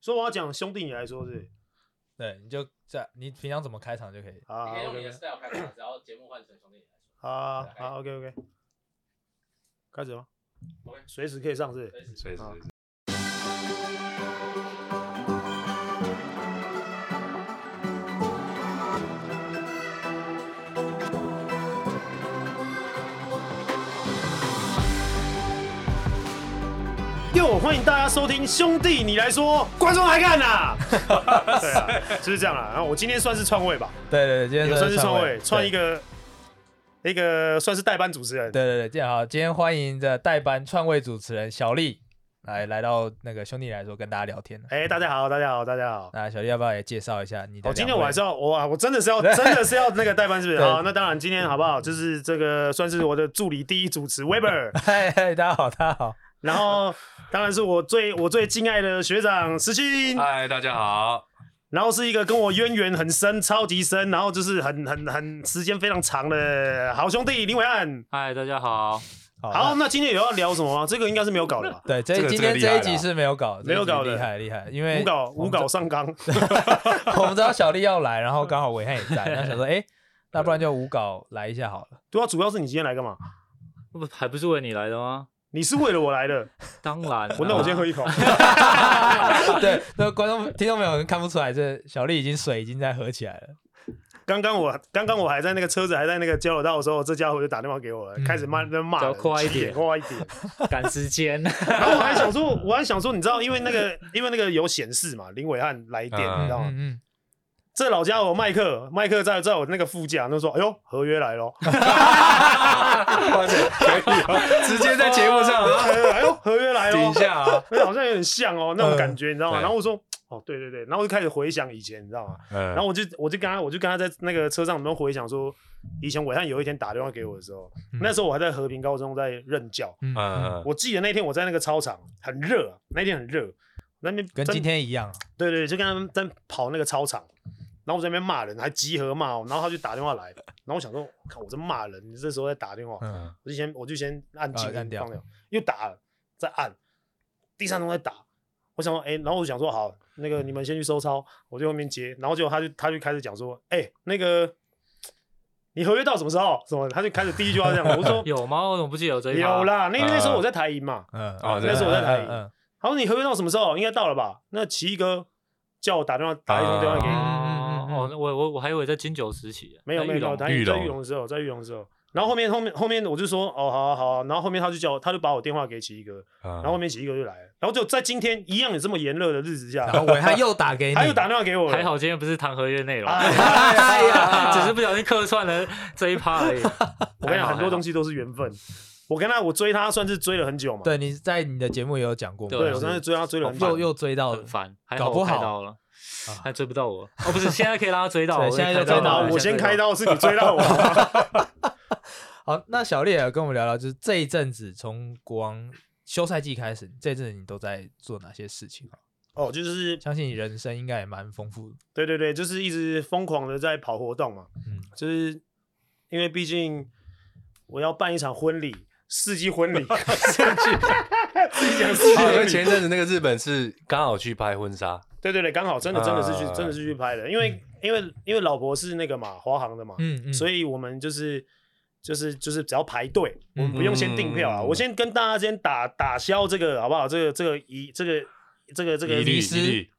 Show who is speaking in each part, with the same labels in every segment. Speaker 1: 所以我要讲兄弟，你来说
Speaker 2: 嗯
Speaker 1: 是
Speaker 2: 对，你就在你平常怎么开场就可以。
Speaker 1: 啊
Speaker 3: 你可以用你的
Speaker 1: OK，OK，
Speaker 3: style 开场，只要节目换成兄弟你来说。
Speaker 1: 好
Speaker 3: 对哎
Speaker 1: 好 OK OK，开始吗
Speaker 3: OK
Speaker 1: 随时可以上是不是
Speaker 3: 随时
Speaker 4: 随时
Speaker 1: 好
Speaker 4: 随时
Speaker 1: 哟，欢迎大家收听《兄弟你来说》，观众还看 呐、对啊，就是这样啦。然后我今天算是篡位吧，
Speaker 2: 对对对，今天
Speaker 1: 也算是篡位
Speaker 2: 位，，
Speaker 1: 篡
Speaker 2: 对
Speaker 1: 一。个那个算是代班主持人。
Speaker 2: 对对对，这样好，今天欢迎这代班串位主持人小丽来来到那个兄弟来说跟大家聊天。
Speaker 1: 哎、大家好，大家好，大家好。
Speaker 2: 那小丽要不要也介绍一下哎你的两位？
Speaker 1: 哦，今天我还是要我啊，我真的是 要真的是要那个代班，是不是？
Speaker 2: 对
Speaker 1: 好，那当然，今天好不好？就是这个算是我的助理第一主持 Weber，
Speaker 2: 嗨嗨，大家好，大家好。
Speaker 1: 然后当然是我最我最敬爱的学长石青，
Speaker 5: 啊
Speaker 4: 嗨，大家好，
Speaker 1: 然后是一个跟我渊源很深、超级深，然后就是很很很时间非常长的好兄弟林伟岸。
Speaker 4: 嗨，大家好，
Speaker 2: 好
Speaker 1: 好，
Speaker 2: 那
Speaker 1: 那今天有要聊什么吗？这个应该是没有搞的吧？
Speaker 2: 对，这
Speaker 4: 这个
Speaker 2: 今
Speaker 4: 这个
Speaker 2: 天
Speaker 4: 厉
Speaker 2: 这
Speaker 4: 害
Speaker 2: 一集
Speaker 4: 啦
Speaker 2: 是没有搞，
Speaker 1: 没有搞的
Speaker 2: 这一集厉害厉害，因为
Speaker 1: 无搞
Speaker 2: 哎我
Speaker 1: 无
Speaker 2: 们
Speaker 1: 搞上纲，
Speaker 2: 我们知道小丽要来，
Speaker 1: 嗯
Speaker 2: 然后刚好伟汉也在，然后 想说，哎、那不然就无稿来一下好了。
Speaker 1: 对啊，主要是你今天来干嘛？
Speaker 5: 不还不是为你来的吗？
Speaker 1: 你是为了我来的，
Speaker 5: 当然、啊。
Speaker 1: 我哦那我先喝。一口。
Speaker 2: 对，那观众听众朋友们看不出来，这小丽已经水已经在合起来了。
Speaker 1: 刚刚我刚刚我还在那个车子还在那个交流道的时候，这家伙就打电话给我了，
Speaker 2: 嗯
Speaker 1: 开始骂在骂人，
Speaker 5: 找快一
Speaker 1: 气
Speaker 5: 点
Speaker 1: 快一点。
Speaker 5: 赶时间。
Speaker 1: 然后我还想说，我还想说，你知道，因为那个因为那个有显示嘛，林伟汉来电，
Speaker 4: 嗯
Speaker 1: 你知道吗？
Speaker 2: 嗯
Speaker 1: 这老家伙麦克麦克在在我那个副驾，就说：“哎呦，合约来 咯。
Speaker 4: 哇塞，可以 哦，直接在节目上
Speaker 2: 哦
Speaker 4: 啊，
Speaker 1: 哎呦，合约来
Speaker 4: 顶
Speaker 1: 咯。
Speaker 4: 一下啊，
Speaker 1: 那好像有点像哦，那种感觉，你知道
Speaker 2: 嗯
Speaker 1: 吗？
Speaker 4: 对
Speaker 1: 然后我说。哦，对对对，然后我就开始回想以前，你知道吗？
Speaker 2: 嗯
Speaker 4: 然
Speaker 1: 然后我就我就跟他我就跟他在那个车上，我们回想说，以前伟汉有一天打电话给我的时候，
Speaker 2: 嗯
Speaker 1: 那时候我还在和平高中在任教，
Speaker 2: 嗯嗯嗯，
Speaker 4: 嗯，
Speaker 1: 我记得那天我在那个操场很热啊，那天很热，那边
Speaker 2: 跟
Speaker 1: 真
Speaker 2: 今天一样。
Speaker 1: 对对，对就跟他们在跑那个操场，然后我在那边骂人，还集合骂我，然后他就打电话来，然后我想说，看我在骂人，你这时候在打电话，
Speaker 2: 嗯，
Speaker 1: 我就先我就先按静音
Speaker 2: 啊按掉
Speaker 1: 放掉，又打了，再按，第三通再打，我想说，哎、然后我想说好，那个你们先去收钞，我就后面接，然后结果他就他就开始讲说，哎、那个你合约到什么时候？什么？他就开始第一句话这样，我就说
Speaker 5: 有吗？我怎么不记得有这一趴
Speaker 1: 有。啦，那那时候
Speaker 4: 啊
Speaker 1: 我在台银嘛。
Speaker 2: 嗯，
Speaker 4: 哦
Speaker 1: 那时候我在台
Speaker 2: 嗯
Speaker 1: 影
Speaker 2: 嗯
Speaker 1: 他说你合约到什么时候？应该到了吧？那奇异哥叫我打电话打一通电话给你，
Speaker 2: 嗯
Speaker 5: 哦
Speaker 2: 嗯嗯嗯
Speaker 5: 哦，我我我还以为在金九时期。
Speaker 1: 没有没有没有，
Speaker 5: 在
Speaker 1: 他
Speaker 5: 玉
Speaker 1: 在
Speaker 4: 玉龙
Speaker 1: 玉龙的时候，在玉龙的时候，然后后面后面后面我就说哦好啊好啊，然后后面他就叫我他就把我电话给奇异哥，然
Speaker 2: 啊
Speaker 4: 然
Speaker 1: 后后面奇异哥就来了，然后就在今天一样有这么炎热的日子下，
Speaker 2: 然后 伟汉又打给你，
Speaker 1: 他又打电话给我
Speaker 5: 龙
Speaker 1: 了，
Speaker 5: 还好今天不是谈合约内容，
Speaker 1: 哎，
Speaker 2: 哎呀，
Speaker 5: 只是不小心客串了这一趴而已。
Speaker 1: 我跟你
Speaker 5: 还
Speaker 1: 讲
Speaker 5: 好
Speaker 1: 很多东
Speaker 5: 西。
Speaker 1: 西都是缘分，我跟他我追他算是追了很久嘛，
Speaker 2: 对你在你的节目也有讲过嘛，
Speaker 5: 对
Speaker 1: 对，
Speaker 2: 就
Speaker 1: 我
Speaker 2: 是哦
Speaker 1: 算是追他追了很
Speaker 2: 又
Speaker 1: 久，
Speaker 2: 又追到了
Speaker 5: 很，烦，还
Speaker 2: 搞
Speaker 5: 好
Speaker 2: 不
Speaker 5: 我
Speaker 2: 好
Speaker 5: 开刀了，还追不到我。哦，不是，现在可以让他追到我
Speaker 2: 对，现在
Speaker 5: 我也
Speaker 2: 就追
Speaker 5: 开刀
Speaker 2: 到
Speaker 5: 了
Speaker 1: 然后我先开。
Speaker 5: 现在追到
Speaker 1: 刀是你追到我，
Speaker 2: 好，那小丽也跟我们聊聊，就是这一阵子从国王休赛季开始，这一阵子你都在做哪些事情啊？
Speaker 1: 哦就是
Speaker 2: 相信你人生应该也蛮丰富的。
Speaker 1: 对对对，就是一直疯狂的在跑活动嘛，
Speaker 2: 嗯
Speaker 1: 就是因为毕竟我要办一场婚礼，世纪婚 礼，世纪讲世纪
Speaker 4: 啊因
Speaker 1: 婚
Speaker 4: 为
Speaker 1: 礼，
Speaker 4: 前阵子那个日本是刚好去拍婚纱，
Speaker 1: 对对对，刚好真的真的是去、
Speaker 4: 啊
Speaker 1: 真的是去拍的，因为因为因为老婆是那个嘛华航的嘛，
Speaker 2: 嗯嗯，
Speaker 1: 所
Speaker 2: 以
Speaker 1: 以我们就是。就是就是只要排队，我们
Speaker 2: 嗯
Speaker 1: 不用先订票啊。
Speaker 4: 嗯
Speaker 1: 我先跟大家先打打消这个好不好？这个这个疑这个这个这个
Speaker 4: 一律
Speaker 2: 律师
Speaker 4: 一律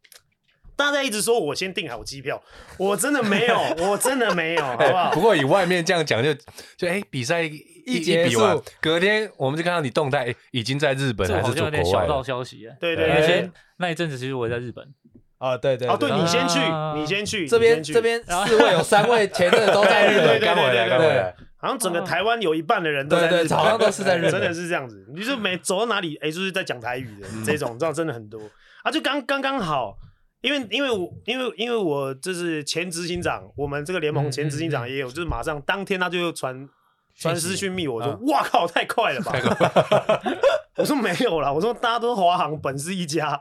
Speaker 1: 大家一直说我先订好机票，我真的没有，我真的没有，好不
Speaker 4: 哎
Speaker 1: 好
Speaker 4: 不？过以外面这样讲就就哎，比赛一一
Speaker 2: 结
Speaker 4: 比完
Speaker 2: 束，
Speaker 4: 隔天我们就看到你动态哎已经在日本
Speaker 5: 这我
Speaker 4: 还
Speaker 5: 好
Speaker 4: 是
Speaker 5: 像
Speaker 4: 走
Speaker 5: 有点
Speaker 4: 国
Speaker 5: 小
Speaker 4: 外
Speaker 5: 道
Speaker 4: 了，
Speaker 5: 消息啊耶。
Speaker 1: 对对
Speaker 5: 而
Speaker 1: 对
Speaker 2: 哎
Speaker 5: 且，那一阵子其实我也在日本，
Speaker 2: 啊，对对
Speaker 1: 哦，对你先去，
Speaker 5: 啊
Speaker 1: 你先去，
Speaker 2: 这边
Speaker 1: 你先去
Speaker 2: 这，边四位有三位前阵子都在日
Speaker 1: 对对
Speaker 2: 本，
Speaker 1: 对
Speaker 4: 刚回来
Speaker 1: 对
Speaker 4: 刚回来，
Speaker 1: 好像整个台湾有一半的人都在
Speaker 2: 对嗯对
Speaker 1: 日本
Speaker 2: 好像都是在日本
Speaker 1: 真的是这样子。你就每走到哪里，哎，就是在讲台语的
Speaker 2: 嗯
Speaker 1: 这种，这样真的很多啊。就刚刚刚好，因为因为我因为因为我就是前执行长，我们这个联
Speaker 2: 嗯
Speaker 1: 盟前执行长也有，就是马上当天他就传。传私讯密
Speaker 2: 嗯
Speaker 1: 我说：“哇靠，太快了吧！” 我说：“没有啦，我说大家都华航本是一家。”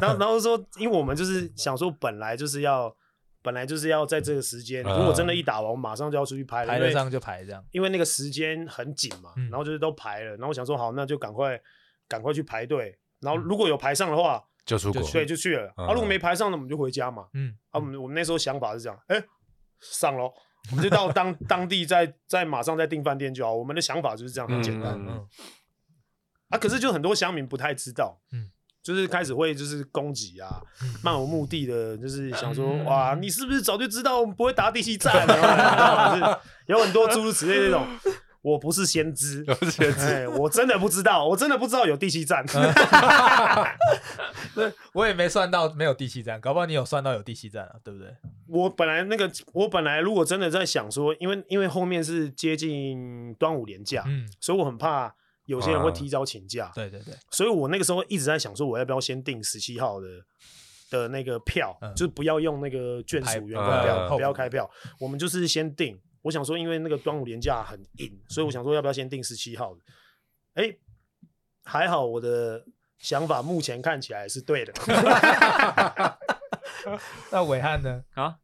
Speaker 1: 然后 然后说，因为我们就是想说，本来就是要，本来就是要在这个时间，如果真的一打完，我马上就要出去拍了，
Speaker 2: 排
Speaker 1: 因为
Speaker 2: 嗯得上就排这样。
Speaker 1: 因为那个时间很紧嘛，
Speaker 2: 嗯
Speaker 1: 然
Speaker 2: 嗯
Speaker 1: 后就是都排了，然后我想说好，那就赶快赶快去排队，然后如果有排上的话，
Speaker 4: 就出国
Speaker 2: 就，去
Speaker 1: 对，就去了。
Speaker 4: 嗯
Speaker 1: 啊，如果没排上呢，我们就回家嘛。
Speaker 2: 嗯，
Speaker 1: 啊，我们我们那时候想法是这样，哎，上咯，我们就到当 当地再再马上再订饭店就好。我们的想法就是这样，很简单。
Speaker 4: 嗯
Speaker 2: 嗯
Speaker 1: 啊，可是就很多乡民不太知道，
Speaker 2: 嗯
Speaker 1: 就是开始会就是攻击啊， 漫无目的的，就是想说、
Speaker 2: 嗯
Speaker 1: 哇，你是不是早就知道我们不会打地气战、啊？ 然后就是有很多诸如此类这种，我不是先 知。
Speaker 4: 我是 觉得
Speaker 1: 哎，我真的不知道，我真的不知道有地气战。
Speaker 2: 嗯对，我也没算到没有第七站，搞不好你有算到有第七站啊，对不对？
Speaker 1: 我本来那个，我本来如果真的在想说，因为因为后面是接近端午连假，
Speaker 2: 嗯，
Speaker 1: 所以我很怕有些人会提早请假，
Speaker 2: 对对对，
Speaker 1: 所以我那个时候一直在想说，我要不要先订十七号的的那个票，
Speaker 2: 嗯
Speaker 1: 就是不要用那个眷
Speaker 2: 排
Speaker 1: 属员工票，
Speaker 2: 嗯
Speaker 1: 不要开票，我们就是先订。我想说，因为那个端午连假很硬，所以我想说要不要先订十七号的？哎、还好我的想法目前看起来是对的。
Speaker 2: 那伟汉呢？
Speaker 5: 啊，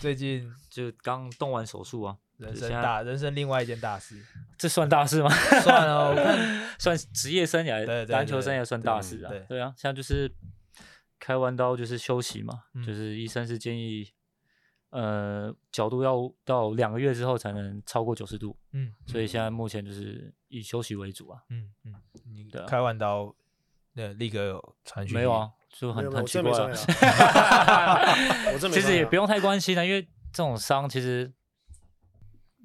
Speaker 2: 最近
Speaker 5: 就刚动完手术啊，
Speaker 2: 人
Speaker 5: 就
Speaker 2: 生
Speaker 5: 现在
Speaker 2: 大人生另外一件大 事，
Speaker 5: 这算大事吗？
Speaker 2: 算了，我看
Speaker 5: 算职业生
Speaker 2: 对对
Speaker 5: 涯，
Speaker 2: 对嗯
Speaker 5: 篮球生涯算大事啊
Speaker 2: 对。
Speaker 5: 对啊，现在就是开完刀就是休息嘛
Speaker 2: 嗯，
Speaker 5: 就是医生是建议，呃，角度要到两个月之后才能超过九十度，
Speaker 2: 嗯，
Speaker 5: 所以现在目前就是以休息为主啊。
Speaker 2: 嗯嗯，你
Speaker 5: 对啊
Speaker 2: 开完刀，那力哥有传讯
Speaker 5: 没有啊？，就
Speaker 1: 没有没
Speaker 5: 很
Speaker 1: 有，
Speaker 5: 很
Speaker 1: 我
Speaker 5: 奇
Speaker 1: 真
Speaker 5: 怪
Speaker 1: 没啊
Speaker 5: 啊
Speaker 1: 商。 量。我真没
Speaker 5: 其实也不
Speaker 1: 用。
Speaker 5: 用太关心了，因为这种伤其实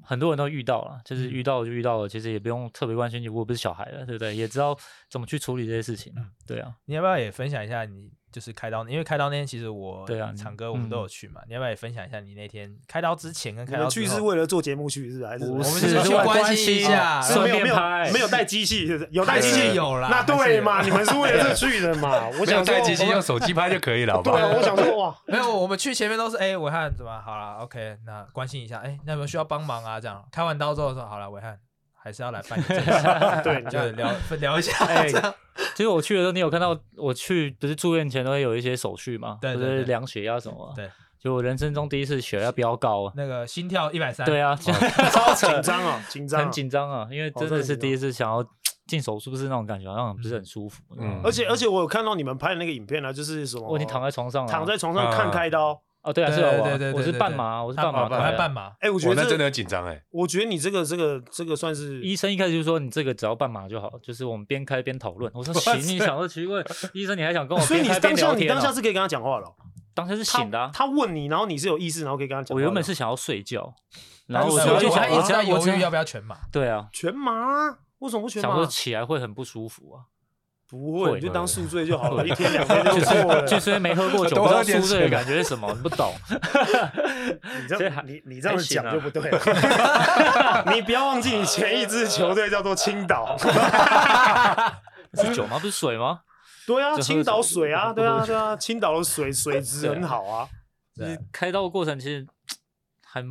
Speaker 5: 很多人都遇到了，就是遇到就遇到了，其实也不用特别关心你。我不是小孩了，对不对？也知道怎么去处理这些事情
Speaker 2: 嗯。
Speaker 5: 对啊，
Speaker 2: 你要不要也分享一下你就是开刀？因为开刀那天其实我
Speaker 5: 对啊你
Speaker 2: 长哥我们都有去嘛，你要不要也分享一下你那天开刀之前跟
Speaker 1: 你
Speaker 2: 开刀
Speaker 1: 们
Speaker 2: 之
Speaker 1: 去是
Speaker 2: 后
Speaker 1: 为了做节目去是吧还是
Speaker 5: 不
Speaker 2: 我们
Speaker 5: 是
Speaker 2: 是去
Speaker 5: 为了
Speaker 2: 关
Speaker 5: 关
Speaker 2: 心一
Speaker 5: 心
Speaker 2: 下，
Speaker 5: 啊
Speaker 1: 是没
Speaker 5: 顺
Speaker 1: 有
Speaker 5: 便
Speaker 1: 没有
Speaker 5: 拍
Speaker 1: 没有带机器，是不是有带机
Speaker 2: 还
Speaker 1: 器
Speaker 2: 是有啦
Speaker 1: 那对嘛？
Speaker 2: 还
Speaker 1: 你
Speaker 2: 是有
Speaker 1: 们是为了这去的 嘛？我
Speaker 4: 没有
Speaker 1: 想
Speaker 4: 带
Speaker 1: 说
Speaker 4: 机器，
Speaker 1: 我
Speaker 4: 用手机拍就可以了，好不
Speaker 1: 对
Speaker 4: 好
Speaker 1: 啊，我想说 哇，
Speaker 2: 没有，我们去前面都是哎，伟汉怎么好了？OK，那关心一下，哎，那有没有需要帮忙啊？这样开完刀之后说好了，伟汉还是要来办个正 事，
Speaker 1: 对你
Speaker 2: 就
Speaker 1: 看
Speaker 2: 聊分聊一下，
Speaker 5: 哎
Speaker 2: 这样
Speaker 5: 其实我去的时候，你有看到我去不是住院前都会有一些手续嘛，
Speaker 2: 对对
Speaker 5: 不
Speaker 2: 对
Speaker 5: 是量血压什么啊。
Speaker 2: 对，
Speaker 5: 就我人生中第一次血压飙高啊。
Speaker 2: 那个心跳一百三，
Speaker 5: 对
Speaker 2: 啊，
Speaker 5: 啊，这样
Speaker 1: 超紧张啊，紧张啊
Speaker 5: 很，紧张啊，因为
Speaker 1: 哦
Speaker 5: 真
Speaker 1: 真的
Speaker 5: 的
Speaker 1: 很
Speaker 5: 是
Speaker 1: 紧
Speaker 5: 第一次想要进手术室那种感觉，好像不是很舒服。
Speaker 4: 嗯
Speaker 1: 而且而且我有看到你们拍的那个影片啊，就是什么，
Speaker 5: 我已经躺在床上了啊，
Speaker 1: 躺在床上看开刀。
Speaker 5: 哦，对啊，
Speaker 2: 对
Speaker 5: 是啊
Speaker 2: 对
Speaker 5: 我啊
Speaker 2: 对对，
Speaker 5: 我是
Speaker 2: 对
Speaker 5: 半
Speaker 2: 对
Speaker 5: 麻，我是
Speaker 2: 他
Speaker 5: 半麻
Speaker 2: 我
Speaker 5: 开
Speaker 2: 还
Speaker 5: 啊
Speaker 2: 半麻，
Speaker 1: 哎，我觉
Speaker 4: 我
Speaker 1: 得
Speaker 4: 那
Speaker 1: 这
Speaker 4: 真的很紧张哎，
Speaker 1: 我觉得你这个这个这个算是
Speaker 5: 医生一开始就说你这个只要半马就好，就是我们边开边讨论。我说行，你想说奇怪，医生你还想跟我
Speaker 1: 所以
Speaker 5: 哦边
Speaker 1: 你
Speaker 5: 开边
Speaker 1: 当下
Speaker 5: 聊
Speaker 1: 你
Speaker 5: 天、
Speaker 1: 当下
Speaker 5: 啊？
Speaker 1: 是可以跟他讲话了哦，
Speaker 5: 当下是
Speaker 1: 他
Speaker 5: 醒的、啊，
Speaker 1: 他问你，然后你是有意识，然后可以跟他讲话的哦。
Speaker 5: 我原本是想要睡觉，然
Speaker 2: 他
Speaker 5: 后
Speaker 2: 就
Speaker 5: 我
Speaker 1: 是
Speaker 2: 说
Speaker 5: 就
Speaker 1: 睡觉
Speaker 2: 他
Speaker 5: 想
Speaker 2: 一
Speaker 5: 我
Speaker 2: 直
Speaker 5: 这
Speaker 2: 在
Speaker 5: 样
Speaker 2: 犹豫要
Speaker 5: 不
Speaker 2: 不要全麻，
Speaker 5: 要？对啊，
Speaker 1: 全麻啊，为什么不全
Speaker 5: 想
Speaker 1: 麻
Speaker 5: 说
Speaker 1: 啊？
Speaker 5: 起来会很不舒服啊，
Speaker 1: 不会，
Speaker 5: 会
Speaker 1: 你就当宿醉就好了，一天两天
Speaker 5: 就
Speaker 1: 就过了。
Speaker 5: 是就是因为没喝过酒，
Speaker 4: 多
Speaker 5: 不知
Speaker 4: 喝
Speaker 5: 道
Speaker 4: 点
Speaker 5: 宿醉的
Speaker 4: 水
Speaker 5: 感觉是什么，你不懂。
Speaker 1: 你这
Speaker 5: 这
Speaker 1: 样
Speaker 5: 还
Speaker 1: 你你这样
Speaker 5: 还行啊
Speaker 1: 讲就不对了。 你不要忘记，你前一支球队叫做青 岛。
Speaker 5: 是酒吗？不是水吗？
Speaker 1: 对啊，
Speaker 5: 就喝
Speaker 1: 青岛水啊，
Speaker 5: 酒
Speaker 1: 对啊，对啊，青岛的水水质很好啊。
Speaker 5: 就是开刀的过程其实还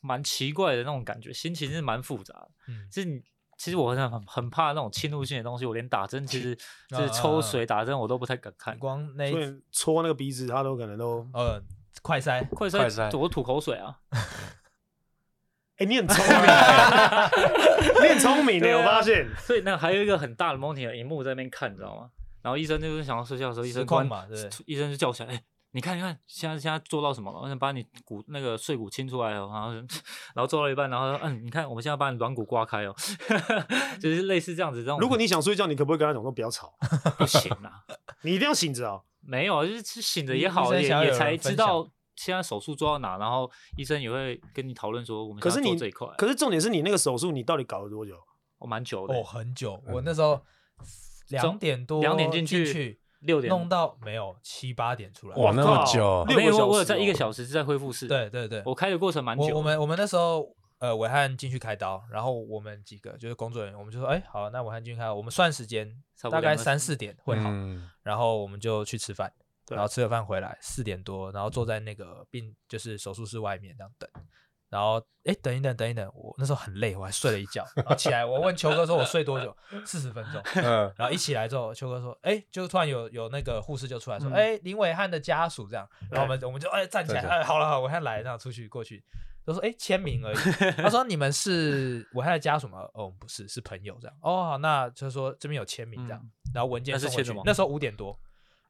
Speaker 5: 蛮奇怪的那种感觉，心情是蛮复杂的。
Speaker 2: 嗯，
Speaker 5: 就是你，其实我很很很怕那种侵入性的东西，我连打 针其实就是
Speaker 2: 啊啊
Speaker 5: 抽
Speaker 2: 啊
Speaker 5: 水打针我都不太敢
Speaker 2: 你
Speaker 5: 看。
Speaker 2: 光那一
Speaker 1: 所以戳那个鼻子，他都可能都……
Speaker 2: 呃快塞，
Speaker 5: 快塞
Speaker 4: 快塞，
Speaker 5: 我吐口水啊！
Speaker 1: 哎，你很 聪明，你很聪明
Speaker 5: 对
Speaker 1: 的，
Speaker 5: 啊
Speaker 1: 我发现。
Speaker 5: 所以那还有一个很大的 monitor 荧幕在那边看，你知道吗？然后医生就是想要睡觉的时候，医
Speaker 2: 失
Speaker 5: 生
Speaker 2: 控
Speaker 5: 关
Speaker 2: 嘛，对不对，
Speaker 5: 医生就叫起来，哎、你看你看，现在现在做到什么了？我想把你骨那个碎骨清出来哦，然后就然后做到一半，然后说嗯，你看我们现在把你软骨刮开哦，就是类似这样子这种。
Speaker 1: 如果你想睡觉，你可不可以跟他讲说不要吵？
Speaker 5: 不行啊，
Speaker 1: 你一定要醒着 啊！
Speaker 5: 没有，就是吃醒的
Speaker 2: 医
Speaker 5: 也好，
Speaker 2: 医生
Speaker 5: 也
Speaker 2: 想要有
Speaker 5: 也
Speaker 2: 人
Speaker 5: 才
Speaker 2: 分
Speaker 5: 知道现在手术做到哪，然后医生也会跟你讨论说我们
Speaker 1: 可
Speaker 5: 想
Speaker 1: 是
Speaker 5: 要
Speaker 1: 你
Speaker 5: 做这一块，
Speaker 1: 可是重点是你那个手术，你到底搞了多久？
Speaker 5: 我蛮久的
Speaker 2: 哦，很久，我那时候两
Speaker 5: 从
Speaker 2: 点多
Speaker 5: 嗯两点
Speaker 2: 进
Speaker 5: 进去六点
Speaker 2: 弄到没有七八点出来，
Speaker 4: 哇，那么久
Speaker 1: 我，靠
Speaker 5: 没
Speaker 1: 六
Speaker 5: 有，
Speaker 1: 个小时
Speaker 5: 我
Speaker 1: 哦
Speaker 5: 我有在一个小时是在恢复室，，
Speaker 2: 对对对，
Speaker 5: 我开的过程蛮久
Speaker 2: 我
Speaker 5: 的，
Speaker 2: 我们我们那时候呃，伟汉进去开刀，然后我们几个就是工作人员，我们就说，哎，好，那伟汉进去开刀，我们算时间，
Speaker 5: 差不
Speaker 2: 大
Speaker 5: 多
Speaker 2: 概
Speaker 5: 两个
Speaker 2: 三
Speaker 5: 小时
Speaker 2: 四点会好，
Speaker 4: 嗯
Speaker 2: 然后我们就去吃饭，
Speaker 1: 对
Speaker 2: 然后吃了饭回来四点多，然后坐在那个病就是手术室外面这样等。然后，哎，等一等，等一等，我那时候很累，我还睡了一觉。然后起来，我问球哥说我睡多久？四十分钟。
Speaker 4: 嗯，
Speaker 2: 然后一起来之后，秋哥说：“哎、就突然有有那个护士就出来说，
Speaker 5: 嗯
Speaker 2: 哎、林伟汉的家属这样。”然后我们我们就哎、站起来，
Speaker 4: 站起来
Speaker 2: 哎、好了好了，伟汉来，然后出去过去，就说：“哎、签名而已。”他说：“你们是伟汉的家属吗？”哦，我们不是，是朋友这样。哦，好，那就说这边有签名这样，
Speaker 5: 嗯
Speaker 2: 然后文件
Speaker 5: 那是
Speaker 2: 送回
Speaker 5: 签
Speaker 2: 去
Speaker 5: 什么。
Speaker 2: 那时候五点多，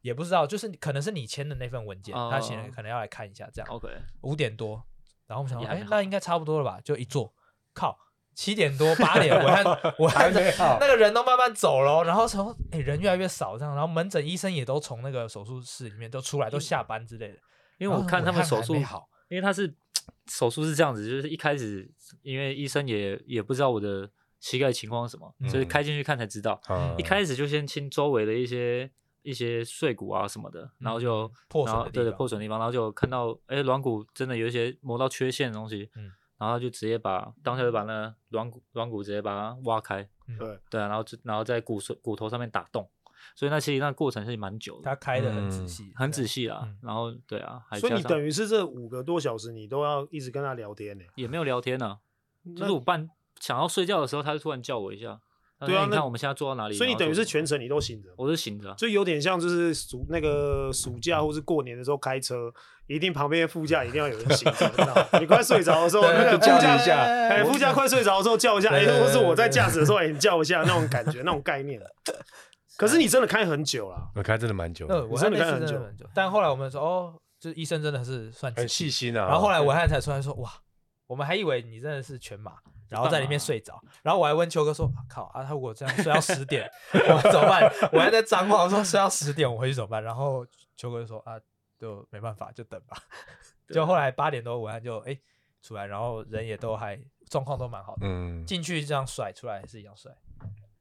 Speaker 2: 也不知道，就是可能是你签的那份文件，他写
Speaker 5: 哦
Speaker 2: 可能要来看一下这样。
Speaker 5: OK，
Speaker 2: 五点多，然后我们想说，
Speaker 5: 也还
Speaker 2: 哎、
Speaker 5: 好
Speaker 2: 那应该差不多了吧？就一坐，靠，七点多八点，我看我
Speaker 4: 还
Speaker 2: 看
Speaker 4: 没好
Speaker 2: 那个人都慢慢走了哦，然后从哎、人越来越少这样，然后门诊医生也都从那个手术室里面都出来，都下班之类的。
Speaker 5: 因为我
Speaker 2: 然后
Speaker 5: 看他们手
Speaker 2: 还
Speaker 5: 术
Speaker 2: 没好，
Speaker 5: 因为他是手术是这样子，就是一开始因为医生也也不知道我的膝盖情况是什么，所以
Speaker 4: 嗯
Speaker 5: 开进去看才知道。
Speaker 4: 嗯
Speaker 5: 一开始就先清周围的一些一些碎骨啊什么的，然后就、
Speaker 2: 嗯破损
Speaker 5: 然后
Speaker 2: 的地
Speaker 5: 对对
Speaker 2: 方
Speaker 5: 破损的地方，然后就看到哎软骨真的有一些磨到缺陷的东西，
Speaker 2: 嗯
Speaker 5: 然后就直接把当下就把那软骨软骨直接把它挖开，
Speaker 2: 嗯
Speaker 1: 对
Speaker 5: 对啊，然后就然后在骨髓骨头上面打洞，所以那其实那过程是蛮久的，
Speaker 2: 他开的很仔
Speaker 4: 嗯
Speaker 2: 细，
Speaker 5: 很仔
Speaker 2: 细。
Speaker 5: 细啊，
Speaker 2: 嗯
Speaker 5: 然后对啊，还
Speaker 1: 所以
Speaker 5: 加
Speaker 1: 你
Speaker 5: 上
Speaker 1: 等于是这五个多小时，你都要一直跟他聊天呢、
Speaker 5: 也没有聊天啊，就
Speaker 1: 那
Speaker 5: 是我半想要睡觉的时候，他就突然叫我一下。他说
Speaker 1: 对啊
Speaker 5: 哎你
Speaker 1: 那
Speaker 5: 看我们现在坐到哪里？
Speaker 1: 所以你
Speaker 5: 然后
Speaker 1: 等于
Speaker 5: 坐
Speaker 1: 是全程你都醒着，
Speaker 5: 我是醒着啊，
Speaker 1: 就有点像就是暑那个暑假或是过年的时候开车，一定旁边副驾一定要有人醒着，你知道吗你快睡着 的时候，
Speaker 2: 对
Speaker 1: 那个副
Speaker 4: 叫你
Speaker 1: 驾
Speaker 4: 一下
Speaker 1: 哎，副驾快睡着的时候叫一下，哎，
Speaker 2: 对对对
Speaker 1: 或是我在驾驶的时候，哎，你叫一下那种感觉，那种概 念。可
Speaker 5: 哎
Speaker 1: 是你真的开很久了，
Speaker 4: 我看真的蛮久的，
Speaker 2: 那我
Speaker 1: 你
Speaker 2: 看
Speaker 1: 真
Speaker 2: 那
Speaker 1: 的
Speaker 2: 次
Speaker 1: 看
Speaker 2: 真
Speaker 1: 很
Speaker 2: 的
Speaker 1: 久
Speaker 2: 很久，但后来我们说，哦，就是医生真的是算
Speaker 4: 很
Speaker 2: 仔细
Speaker 4: 细心啊。
Speaker 2: 然后后来我汉才出来说，哇，我们还以为你真的是全麻，然后在里面睡着。然后我还问秋哥说，啊靠啊，他如果这样睡到十点，我怎么办？我还在张望说睡到十点我回去怎么办？然后秋哥就说啊，就没办法，就等吧。就后来八点多，我汉就哎、出来，然后人也都还状况都蛮好的，
Speaker 4: 嗯，
Speaker 2: 进去这样甩，出来也是一样甩。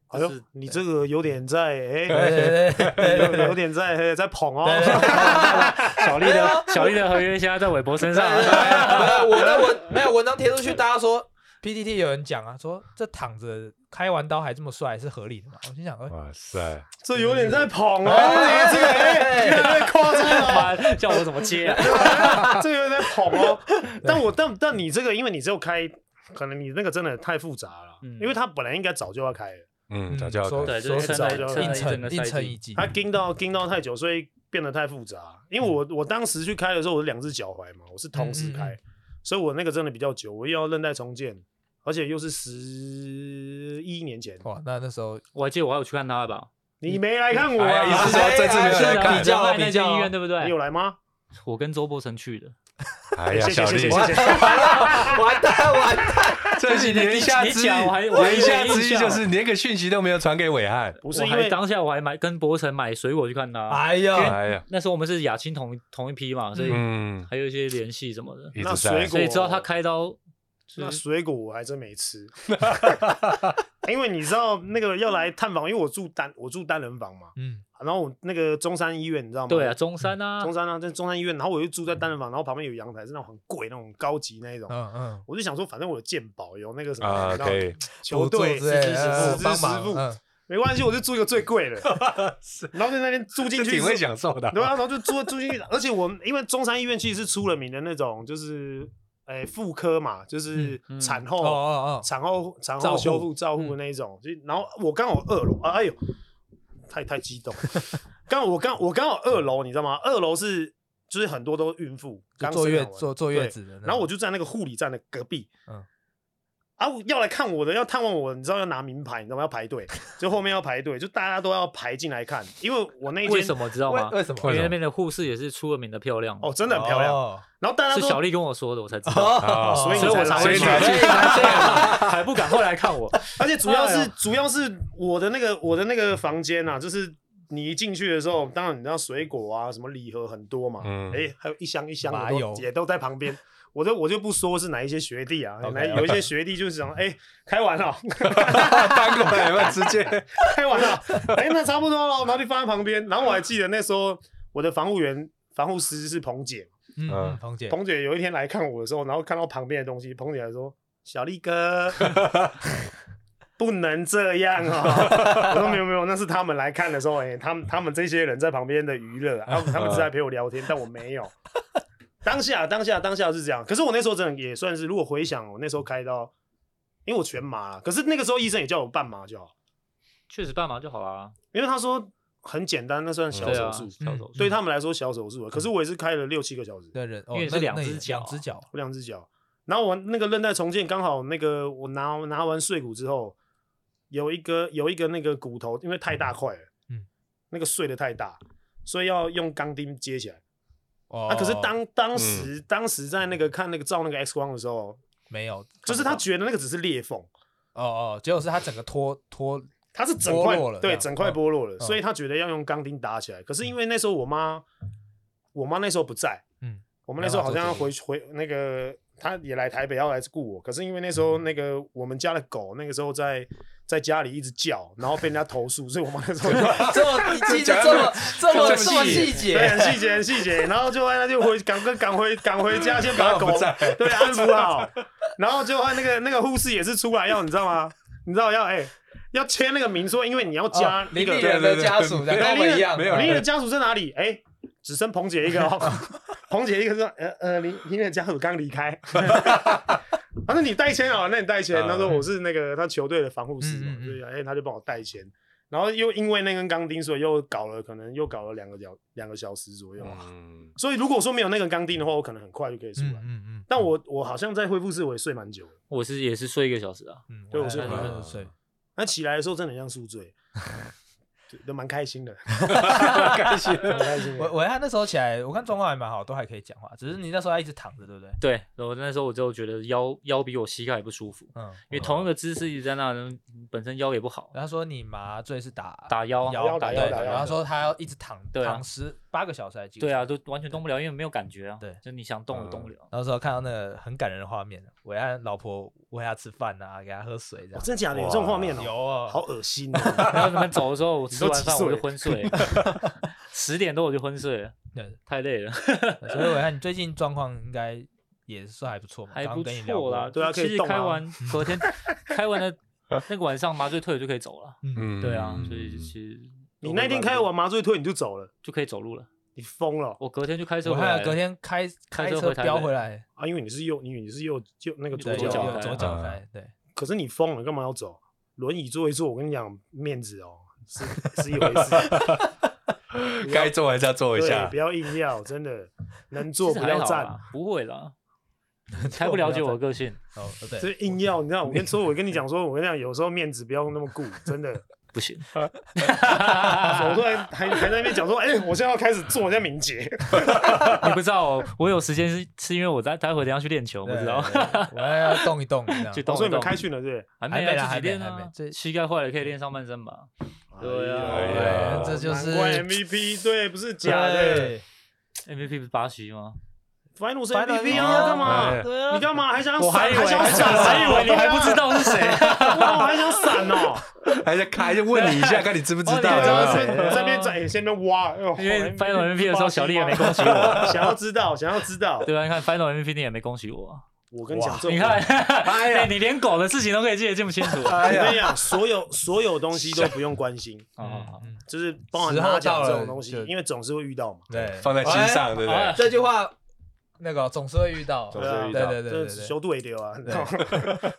Speaker 1: 哎呦
Speaker 5: 就是，
Speaker 1: 你这个有点在
Speaker 2: 对
Speaker 1: 哎，
Speaker 2: 对对对对
Speaker 1: 有有点在哎在捧哦。
Speaker 5: 小丽的小丽的合约现在在韦伯身上啊，
Speaker 2: 没有我那 文没有文章贴出去，大家说 PTT 有人讲啊，说这躺着开完刀还这么帅是合理的嘛？我心想，呃
Speaker 4: 哇塞，
Speaker 1: 这有点在 捧哦，
Speaker 2: 哎
Speaker 1: 你这个哎， 有点在夸张哦。
Speaker 5: 妈叫我怎么接啊？
Speaker 1: 这个有点捧哦。但我但但你这个，因为你只有开，可能你那个真的太复杂了，
Speaker 5: 嗯
Speaker 1: 因为他本来应该早就要开了，
Speaker 4: 嗯，早就要
Speaker 2: 说
Speaker 4: 看
Speaker 5: 对就是
Speaker 2: 说
Speaker 1: 撑了
Speaker 2: 是
Speaker 1: 撑了
Speaker 2: 硬
Speaker 1: 一
Speaker 5: 整
Speaker 2: 撑
Speaker 5: 个
Speaker 2: 硬
Speaker 5: 赛
Speaker 2: 撑
Speaker 5: 季
Speaker 2: 一季，
Speaker 1: 他盯到盯到太久，所以变得太复杂。因为我我当时去开的时候，我是两只脚踝嘛，我是同时开，
Speaker 2: 嗯嗯
Speaker 1: 所以我那个真的比较久，我又要韧带重建，而且又是十一年前，
Speaker 2: 哇，那那时候
Speaker 5: 我还记得我还有去看他吧，
Speaker 1: 你没来看我
Speaker 4: 哎呀
Speaker 1: 啊
Speaker 4: 意思？说这次没有来看
Speaker 2: 比较啊
Speaker 5: 仁爱那
Speaker 2: 比
Speaker 5: 间
Speaker 2: 较
Speaker 5: 医院
Speaker 2: 啊。
Speaker 5: 对不
Speaker 1: 你
Speaker 5: 对
Speaker 1: 有？来吗？
Speaker 5: 我跟周伯成去的，
Speaker 4: 哎呀，
Speaker 1: 谢谢
Speaker 4: 小
Speaker 1: 谢谢
Speaker 4: 丽，
Speaker 1: 谢谢。
Speaker 2: 完蛋完蛋！
Speaker 4: 这是言下
Speaker 5: 你
Speaker 4: 之意
Speaker 5: 讲我还，我还
Speaker 4: 言下
Speaker 5: 有印
Speaker 4: 之意就
Speaker 5: 象
Speaker 4: 是连个讯息都没有传给 伟汉。
Speaker 1: 不是
Speaker 5: 我
Speaker 1: 因
Speaker 5: 还
Speaker 1: 为啊
Speaker 5: 当下我还买跟伯成买水果去看他，
Speaker 2: 哎呀，
Speaker 4: 哎呀，
Speaker 5: 那时候我们是亚青同一同一批嘛，所以
Speaker 4: 嗯，
Speaker 5: 还有一些联系什么的，
Speaker 4: 一
Speaker 1: 那
Speaker 4: 直
Speaker 1: 水
Speaker 4: 在
Speaker 1: 果
Speaker 5: 所以知道他开刀，
Speaker 1: 那水果我还真没吃， 因为你知道那个要来探访，因为我住单我住单人房嘛，
Speaker 2: 嗯，
Speaker 1: 然后我那个中山医院你知道吗？
Speaker 5: 对啊，中山啊，
Speaker 1: 中山啊，在中山医院，然后我就住在单人房，然后旁边有阳台，是那种很贵那种高级那一种。
Speaker 2: 嗯嗯，
Speaker 1: 我就想说，反正我有健保，有那个什么，
Speaker 4: 啊，
Speaker 1: 你知道
Speaker 4: 可以，
Speaker 1: 球队
Speaker 2: 补助之类
Speaker 1: 支持
Speaker 2: 的
Speaker 1: 支持
Speaker 2: 帮忙
Speaker 1: 支付
Speaker 2: 嗯
Speaker 1: 没关系，我就住一个最贵的， 然后在那边住进
Speaker 4: 这
Speaker 1: 去，
Speaker 4: 挺会享受的。
Speaker 1: 对啊，然后就住住进去，而且我们因为中山医院其实是出了名的那种，就是诶妇科嘛，就是
Speaker 5: 嗯嗯
Speaker 1: 产
Speaker 2: 哦
Speaker 1: 后
Speaker 2: 哦哦，嗯
Speaker 1: 产后产
Speaker 2: 照
Speaker 1: 后
Speaker 2: 护
Speaker 1: 修复照护的那一种，就然后我刚好二楼，啊哎呦，太太激动了，刚好我刚我刚好二楼，你知道吗？二楼是就是很多都孕妇
Speaker 2: 就
Speaker 1: 刚
Speaker 2: 坐
Speaker 1: 生
Speaker 2: 月
Speaker 1: 完
Speaker 2: 坐坐月
Speaker 1: 对
Speaker 2: 子的那种。
Speaker 1: 然后我就在那个护理站的隔壁，
Speaker 2: 嗯
Speaker 1: 嗯，啊我要来看我的，要探望我，你知道要拿名牌，你知道吗？要排队，就后面要排队，就大家都要排进来看，因为我那一
Speaker 5: 为
Speaker 1: 间
Speaker 5: 什么知道吗？
Speaker 2: 为为什么
Speaker 5: 因为那边的护士也是出了名的漂亮，
Speaker 1: 哦真的很漂亮，
Speaker 2: 哦
Speaker 1: 然后大家
Speaker 5: 是
Speaker 1: 都
Speaker 5: 小丽跟我说的，我才知道。
Speaker 4: 啊
Speaker 2: 哦，
Speaker 1: 所以
Speaker 5: 所以我才
Speaker 1: 才啊
Speaker 5: 会
Speaker 1: 来
Speaker 5: 去，
Speaker 4: 所以你才去
Speaker 5: 啊还不敢后来看我。
Speaker 1: 而且主要
Speaker 5: 哎
Speaker 1: 是
Speaker 5: 呀
Speaker 1: 主要是我的那个我的那个房间啊，就是你一进去的时候，当然你知道水果啊什么礼盒很多嘛，
Speaker 4: 嗯
Speaker 1: 哎，还有一箱一箱
Speaker 2: 麻
Speaker 1: 的都
Speaker 2: 油
Speaker 1: 也都在旁边。我就我就不说是哪一些学弟啊，
Speaker 2: OK，
Speaker 1: 哪有一些学弟就是想，哎，开完了，
Speaker 4: 搬过来吧，直接
Speaker 1: 开完了，哎，那差不多了，然后就放在旁边。然后我还记得那时候我的防护员、防护师是彭姐，
Speaker 2: 嗯嗯，
Speaker 4: 嗯
Speaker 2: 彭姐，
Speaker 1: 彭姐有一天来看我的时候，然后看到旁边的东西，彭姐还说：“小力 哥，不能这样哦。” 我说：“没有没有，那是他们来看的时候，哎、他们他们这些人在旁边的娱乐，啊他们他们只是在陪我聊天，但我没有。 当下当下当下是这样，可是我那时候真的也算是，如果回想我那时候开刀，因为我全麻了，可是那个时候医生也叫我半麻就好，
Speaker 5: 确实半麻就好啦，
Speaker 1: 因为他说很简单，那算小
Speaker 5: 对啊，
Speaker 1: 手术，
Speaker 5: 小手术。
Speaker 1: 对他们来说小手术了，啊可是我也是开了六七个小时。
Speaker 2: 的人，哦
Speaker 5: 因为
Speaker 2: 那
Speaker 5: 是两
Speaker 2: 那
Speaker 5: 只
Speaker 2: 也
Speaker 5: 脚
Speaker 2: 两只脚，
Speaker 1: 我两只脚。然后我那个韧带重建刚好那个我拿拿完碎骨之后，有一个有一个那个骨头因为太大块了，
Speaker 2: 嗯
Speaker 1: 那个碎的太大，所以要用钢钉接起来。
Speaker 4: 哦
Speaker 1: 啊，可是当当时当时在那个看那个照那个 X 光的时候，
Speaker 2: 没有，
Speaker 1: 就是他觉得那个只是裂缝，
Speaker 2: 哦哦，结果是他整个脱脱
Speaker 1: 它是整块
Speaker 2: 剥落了这
Speaker 1: 对，
Speaker 2: 样
Speaker 1: 整块剥落了，
Speaker 2: 嗯
Speaker 1: 所以他觉得要用钢钉打起来。可是因为那时候我妈，我妈那时候不在，
Speaker 2: 嗯，
Speaker 1: 我们那时候好像
Speaker 2: 让
Speaker 1: 要
Speaker 2: 她做
Speaker 1: 回回那个，她也来台北要来雇我，可是因为那时候那个我们家的狗那个时候在在家里一直叫，然后被人家投诉， 所以我妈那时候就。
Speaker 2: 这么你记得这么这么
Speaker 4: 这么
Speaker 2: 这么
Speaker 4: 细
Speaker 2: 细
Speaker 1: 对，
Speaker 2: 节，哦
Speaker 1: 很细节，很细节。然后就后来他就回赶快赶回赶回家，先把
Speaker 4: 刚好
Speaker 1: 狗
Speaker 4: 不在
Speaker 1: 对安抚好。然后就后来那个那个护士也是出来要，你知道吗？你知道要哎、要签那个名，说因为你要加
Speaker 2: 哦
Speaker 1: 那
Speaker 2: 邻
Speaker 1: 个
Speaker 2: 里人的家属的，
Speaker 4: 对对对
Speaker 2: 跟我
Speaker 1: 邻
Speaker 2: 们
Speaker 1: 里
Speaker 2: 一样，哦
Speaker 4: 没有人
Speaker 1: 哎林的家属在哪里？哎、只剩彭姐一个哦。彭姐一个说，呃呃，林林的家属刚离开。他说你代签哦，那你代签。
Speaker 4: 嗯
Speaker 1: 他说我是那个他球队的防护师嘛
Speaker 2: 嗯嗯，嗯
Speaker 1: 所以哎、他就帮我代签。然后又因为那根钢钉，所以又搞了，可能又搞了两个小两个小时左右。
Speaker 4: 嗯
Speaker 1: 所以如果说没有那根钢钉的话，我可能很快就可以出来。
Speaker 2: 嗯嗯
Speaker 1: 但我我好像在恢复室我也睡蛮久的，
Speaker 5: 我是也是睡一个小时啊，
Speaker 2: 嗯，
Speaker 1: 对我是
Speaker 2: 很
Speaker 1: 朋友
Speaker 2: 认睡，
Speaker 1: 那起来的时候真的很像宿醉，对都蛮开心的，
Speaker 4: 开心。
Speaker 1: 蛮开心
Speaker 2: 我
Speaker 1: 的。
Speaker 2: 我看那时候起来，我看状况还蛮好，都还可以讲话，只是你那时候要一直躺着，对不对？
Speaker 5: 对，然后那时候我就觉得腰腰比我膝盖还不舒服，
Speaker 2: 嗯，
Speaker 5: 因为同一个姿势一直在那，嗯本身腰也不好，
Speaker 2: 然后说你麻醉是打
Speaker 5: 打腰啊
Speaker 1: 腰打
Speaker 2: 对
Speaker 1: 腰
Speaker 2: 对
Speaker 1: 打腰
Speaker 2: 然后说他要一直躺
Speaker 5: 对啊
Speaker 2: 躺十八个小时还是几个
Speaker 5: 对啊，
Speaker 2: 小时？
Speaker 5: 就完全动不了，因为没有感觉啊。
Speaker 2: 对嗯
Speaker 5: 就你想动也动不了。
Speaker 2: 那时候看到那个很感人的画面，我和老婆喂他吃饭啊，给他喝水
Speaker 1: 哦
Speaker 2: 这样。
Speaker 1: 真的假的？有这种画面
Speaker 2: 有
Speaker 1: 哦，
Speaker 2: 哦
Speaker 1: 好恶心哦！
Speaker 5: 然后你们走的时候，我吃
Speaker 1: 都
Speaker 5: 完
Speaker 1: 几
Speaker 5: 饭我
Speaker 1: 岁
Speaker 5: 就昏睡 了，十点多我就昏睡了，
Speaker 2: 对，
Speaker 5: 太累了，
Speaker 2: 所以我看你最近状况应该也是还不错嘛，
Speaker 5: 还
Speaker 2: 刚
Speaker 5: 不
Speaker 2: 刚跟你聊
Speaker 5: 错
Speaker 2: 过
Speaker 5: 啦。
Speaker 1: 对啊可以
Speaker 5: 其实
Speaker 1: 动啊
Speaker 5: 开 完隔天，开完的那个晚上麻醉退了就可以走 了。
Speaker 2: 嗯，
Speaker 5: 对啊，所以其实
Speaker 1: 你那天开完麻醉退你就走了，
Speaker 5: 就可以走路了。
Speaker 1: 你疯了
Speaker 5: 我隔天就开车
Speaker 2: 我
Speaker 5: 回来
Speaker 2: 看
Speaker 5: 了，
Speaker 2: 隔天开开
Speaker 5: 开车
Speaker 2: 车
Speaker 5: 回台
Speaker 2: 飙
Speaker 5: 北
Speaker 2: 回来，
Speaker 1: 啊！因为你是右，你你是右右那个左
Speaker 2: 对，
Speaker 5: 左
Speaker 2: 右
Speaker 5: 脚
Speaker 2: 右
Speaker 5: 开
Speaker 2: 左
Speaker 5: 啊
Speaker 2: 脚开，对，
Speaker 1: 可是你疯了，干嘛要走？轮椅坐一坐，我跟你讲，面子哦，是是一 回事，
Speaker 4: 该做还是要做一
Speaker 1: 对，
Speaker 4: 下
Speaker 1: 不。要硬要，真的能
Speaker 5: 其
Speaker 1: 坐
Speaker 5: 实
Speaker 1: 不
Speaker 5: 还
Speaker 1: 要
Speaker 5: 好啊
Speaker 1: 站
Speaker 5: 啦，，不会啦，你太不了解我的个性。
Speaker 2: 哦，对，
Speaker 1: 这硬要，你知道，我跟说，我跟你讲说，我跟你讲，有时候面子不要那么顾，真的。
Speaker 5: 不 行，
Speaker 1: 我突然还还在那边讲说，哎、我现在要开始做人家敏捷，
Speaker 5: 你不知道哦，我有时间是是因为我待待会等一下去练球，不知道
Speaker 2: 对，对对我要要动一动这样。
Speaker 5: 去
Speaker 1: 哦、
Speaker 5: 动
Speaker 1: 所以
Speaker 5: 一
Speaker 1: 你们
Speaker 5: 动。
Speaker 1: 开训了，对不对？
Speaker 5: 还
Speaker 2: 没
Speaker 5: 没
Speaker 2: 啦
Speaker 5: 啊，
Speaker 2: 还没
Speaker 5: 自己练
Speaker 2: 还没
Speaker 5: 啊
Speaker 2: 这，
Speaker 5: 膝盖坏了可以练上半身吧。对啊
Speaker 1: 哎
Speaker 4: 对啊
Speaker 1: 呀
Speaker 2: 这就是
Speaker 1: 难怪 MVP 对，不是假的
Speaker 2: 对，
Speaker 5: MVP 不是巴西吗？
Speaker 1: ，Final 是
Speaker 2: Final
Speaker 1: MVP
Speaker 2: 啊
Speaker 1: 啊，干嘛
Speaker 4: 哎？
Speaker 2: 对啊
Speaker 1: 你干嘛还想
Speaker 5: 我还
Speaker 1: 闪？
Speaker 5: 以为
Speaker 1: 想闪？
Speaker 5: 还以为你还不知
Speaker 1: 道？
Speaker 5: 道是谁，
Speaker 1: 我还想闪哦，
Speaker 4: 还在开，就问你一 下，看你知不知
Speaker 5: 对
Speaker 1: 对
Speaker 4: 道。
Speaker 5: 啊
Speaker 4: 怎么
Speaker 1: 啊，
Speaker 5: 所
Speaker 4: 样
Speaker 5: 以
Speaker 1: 在在边在先边挖，哎呦
Speaker 5: 因为 Final
Speaker 1: MVP
Speaker 5: MVP 的时候，小丽也没恭喜我。
Speaker 1: 想要知道，想要知道，
Speaker 5: 对啊，你看 Final MVP 你也没恭喜我，
Speaker 1: 我跟你讲，这
Speaker 5: 你看，
Speaker 4: 哎呀
Speaker 5: 哎，你连狗的事情都可以记得这么清楚啊
Speaker 1: 我跟你讲，所有所有东西都不用关心，
Speaker 5: 啊！
Speaker 2: 嗯
Speaker 1: 就是包含
Speaker 2: 时候
Speaker 1: 拿奖
Speaker 2: 到
Speaker 1: 这
Speaker 2: 了
Speaker 1: 种东西
Speaker 2: 就，
Speaker 1: 因为总是会遇到嘛。
Speaker 2: 对，
Speaker 4: 放在心上，对不
Speaker 5: 哎
Speaker 4: 对
Speaker 5: 哎？
Speaker 2: 这句话那个总是会遇到，
Speaker 4: 总
Speaker 1: 啊是会遇
Speaker 4: 到
Speaker 2: 对对对
Speaker 1: 这
Speaker 2: 对对，
Speaker 1: 修度也丢啊，你知道吗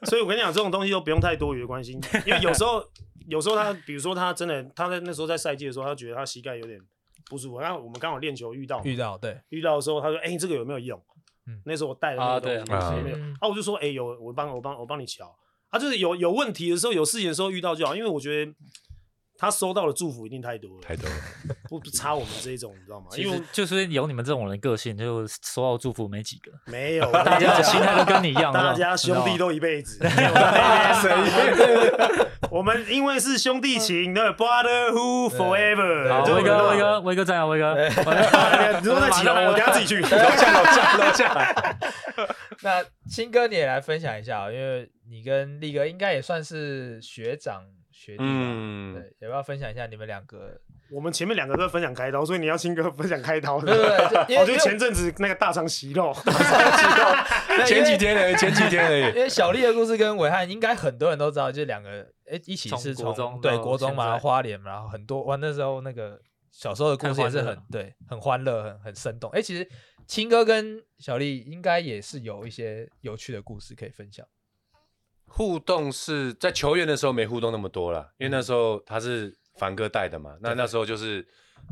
Speaker 1: 所以我跟你讲，这种东西都不用太多余的关心，因为有时候，有时候他，比如说他真的，他在那时候在赛季的时候，他觉得他膝盖有点不舒服，然后我们刚好练球遇到嘛，
Speaker 2: 遇到对，
Speaker 1: 遇到的时候，他说：“哎，你这个有没有用
Speaker 2: 嗯？”
Speaker 1: 那时候我带的那个东西
Speaker 5: 啊
Speaker 4: 对
Speaker 1: 有没有
Speaker 2: 嗯？
Speaker 1: 啊，我就说：“哎，有，我帮我帮我帮你瞧。”啊，就是有有问题的时候，有事情的时候遇到就好，因为我觉得他收到的祝福一定太多了，
Speaker 4: 太多了，
Speaker 1: 不不差我们这一种，你知道吗？
Speaker 5: 其
Speaker 1: 因为
Speaker 5: 实就是有你们这种人的个性，就收到祝福没几个，
Speaker 1: 没有
Speaker 5: 大家的心态都跟你一样，
Speaker 1: 大
Speaker 5: 是吧
Speaker 1: 家兄弟都一辈子。 我们因为是兄弟情的 brotherhood forever。
Speaker 5: 好，
Speaker 1: 就
Speaker 5: 威
Speaker 1: 有
Speaker 5: 哥，
Speaker 1: 那
Speaker 5: 威哥，
Speaker 1: 种，
Speaker 5: 威哥在啊，威哥，
Speaker 2: 哎
Speaker 1: 你说在起楼，我等下自己去。
Speaker 4: 楼下楼下楼下，
Speaker 2: 那青哥你也来分享一下哦，因为你跟力哥应该也算是学长学弟吧，
Speaker 4: 嗯，
Speaker 2: 对，要不要分享一下你们两个？
Speaker 1: 我们前面两个都在分享开刀，所以你要亲哥分享开刀
Speaker 2: 对对
Speaker 1: 的。
Speaker 2: 对，因
Speaker 1: 我觉得
Speaker 2: 为因
Speaker 1: 哦前
Speaker 2: 为
Speaker 1: 阵子那个大肠息肉，
Speaker 4: 前几天而已，前几天而
Speaker 2: 因
Speaker 4: 已。
Speaker 2: 为小丽的故事跟伟汉应该很多人都知道，就是两个哎一起
Speaker 5: 从
Speaker 2: 是
Speaker 5: 国
Speaker 2: 从
Speaker 5: 中
Speaker 2: 对
Speaker 5: 到
Speaker 2: 国中嘛，
Speaker 5: 现在
Speaker 2: 然后花莲嘛，然后很多哇那时候那个小时候的故事也是
Speaker 5: 太欢乐
Speaker 2: 很
Speaker 5: 了
Speaker 2: 对，很欢乐，很很生动。哎，其实青哥跟小丽应该也是有一些有趣的故事可以分享。
Speaker 4: 互动是在球员的时候没互动那么多了，
Speaker 1: 嗯
Speaker 4: 因为那时候他是凡哥带的嘛，那那时候就是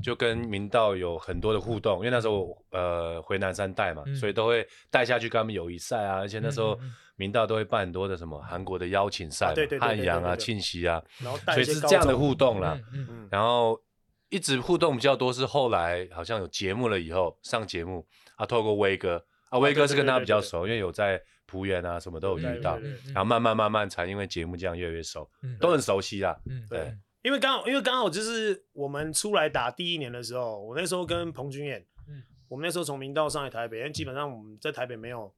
Speaker 4: 就跟明道有很多的互动，因为那时候我呃回南山带嘛，
Speaker 2: 嗯
Speaker 4: 所以都会带下去跟他们友谊赛啊，而且那时候
Speaker 2: 嗯嗯嗯
Speaker 4: 明道都会办很多的什么韩国的邀请赛嘛
Speaker 1: 啊对对，对对
Speaker 4: 汉阳
Speaker 1: 对对
Speaker 4: 啊、
Speaker 1: 对
Speaker 4: 庆熙啊，
Speaker 1: 然后带
Speaker 4: 所
Speaker 1: 一
Speaker 4: 以
Speaker 1: 些
Speaker 4: 是这样的互动啦。
Speaker 2: 嗯嗯
Speaker 1: 嗯，
Speaker 4: 然后一直互动比较多是后来好像有节目了以后上节目啊，透过威哥啊，威
Speaker 1: 哦
Speaker 4: 哥是跟他比较熟，因为有在浦原啊什么都有遇到
Speaker 1: 对，对对
Speaker 4: 然后慢慢慢慢才因为节目这样越来越熟，都很熟悉啦。
Speaker 2: 嗯
Speaker 4: 对，
Speaker 1: 因为刚好，因为刚好就是我们出来打第一年的时候，我那时候跟彭君彦，
Speaker 2: 嗯
Speaker 1: 我们那时候从明道上来台北，因为基本上我们在台北没有，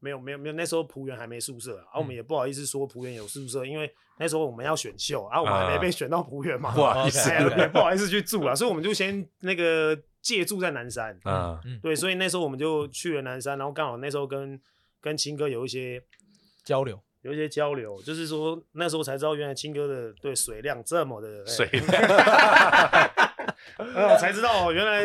Speaker 1: 没有，没有，没有，那时候浦原还没宿舍啊，啊我们也不好意思说浦原有宿舍，因为那时候我们要选秀啊，我们还没被选到浦原嘛，
Speaker 4: 不好意思
Speaker 1: 哎
Speaker 2: OK，OK
Speaker 1: 也不好意思去住啊，所以我们就先那个借住在南山，
Speaker 4: 啊，
Speaker 1: 对，所以那时候我们就去了南山，然后刚好那时候跟跟青哥有一些
Speaker 2: 交流，
Speaker 1: 有一些交流，就是说那时候才知道原来青哥的对水量这么的哎
Speaker 4: 水
Speaker 1: 呃，我才知道哦，原来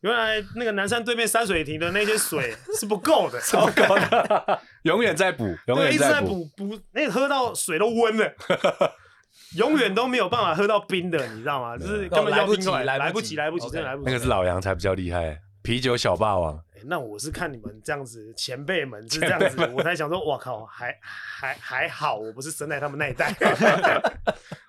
Speaker 1: 原来那个南山对面山水亭的那些水是不够的，
Speaker 4: 糟糕的，永远在补，永
Speaker 1: 对，一
Speaker 4: 远
Speaker 1: 直在
Speaker 4: 补。
Speaker 1: 补补，那个喝到水都温 了，永远都没有办法喝到冰的，你知道吗？就是根本
Speaker 2: 哦来
Speaker 1: 要
Speaker 2: 不
Speaker 1: 冰出来，
Speaker 2: 及
Speaker 1: 来
Speaker 2: 来
Speaker 1: 不
Speaker 2: 不
Speaker 1: 及，
Speaker 2: 及
Speaker 1: 来不及，真的
Speaker 2: OK
Speaker 1: 来不及。
Speaker 4: 那个是老杨才比较厉害，啤酒小霸王。
Speaker 1: 哎那我是看你们这样子，前辈们是这样子，我才想说，哇靠，还还还好，我不是生在他们那一 代，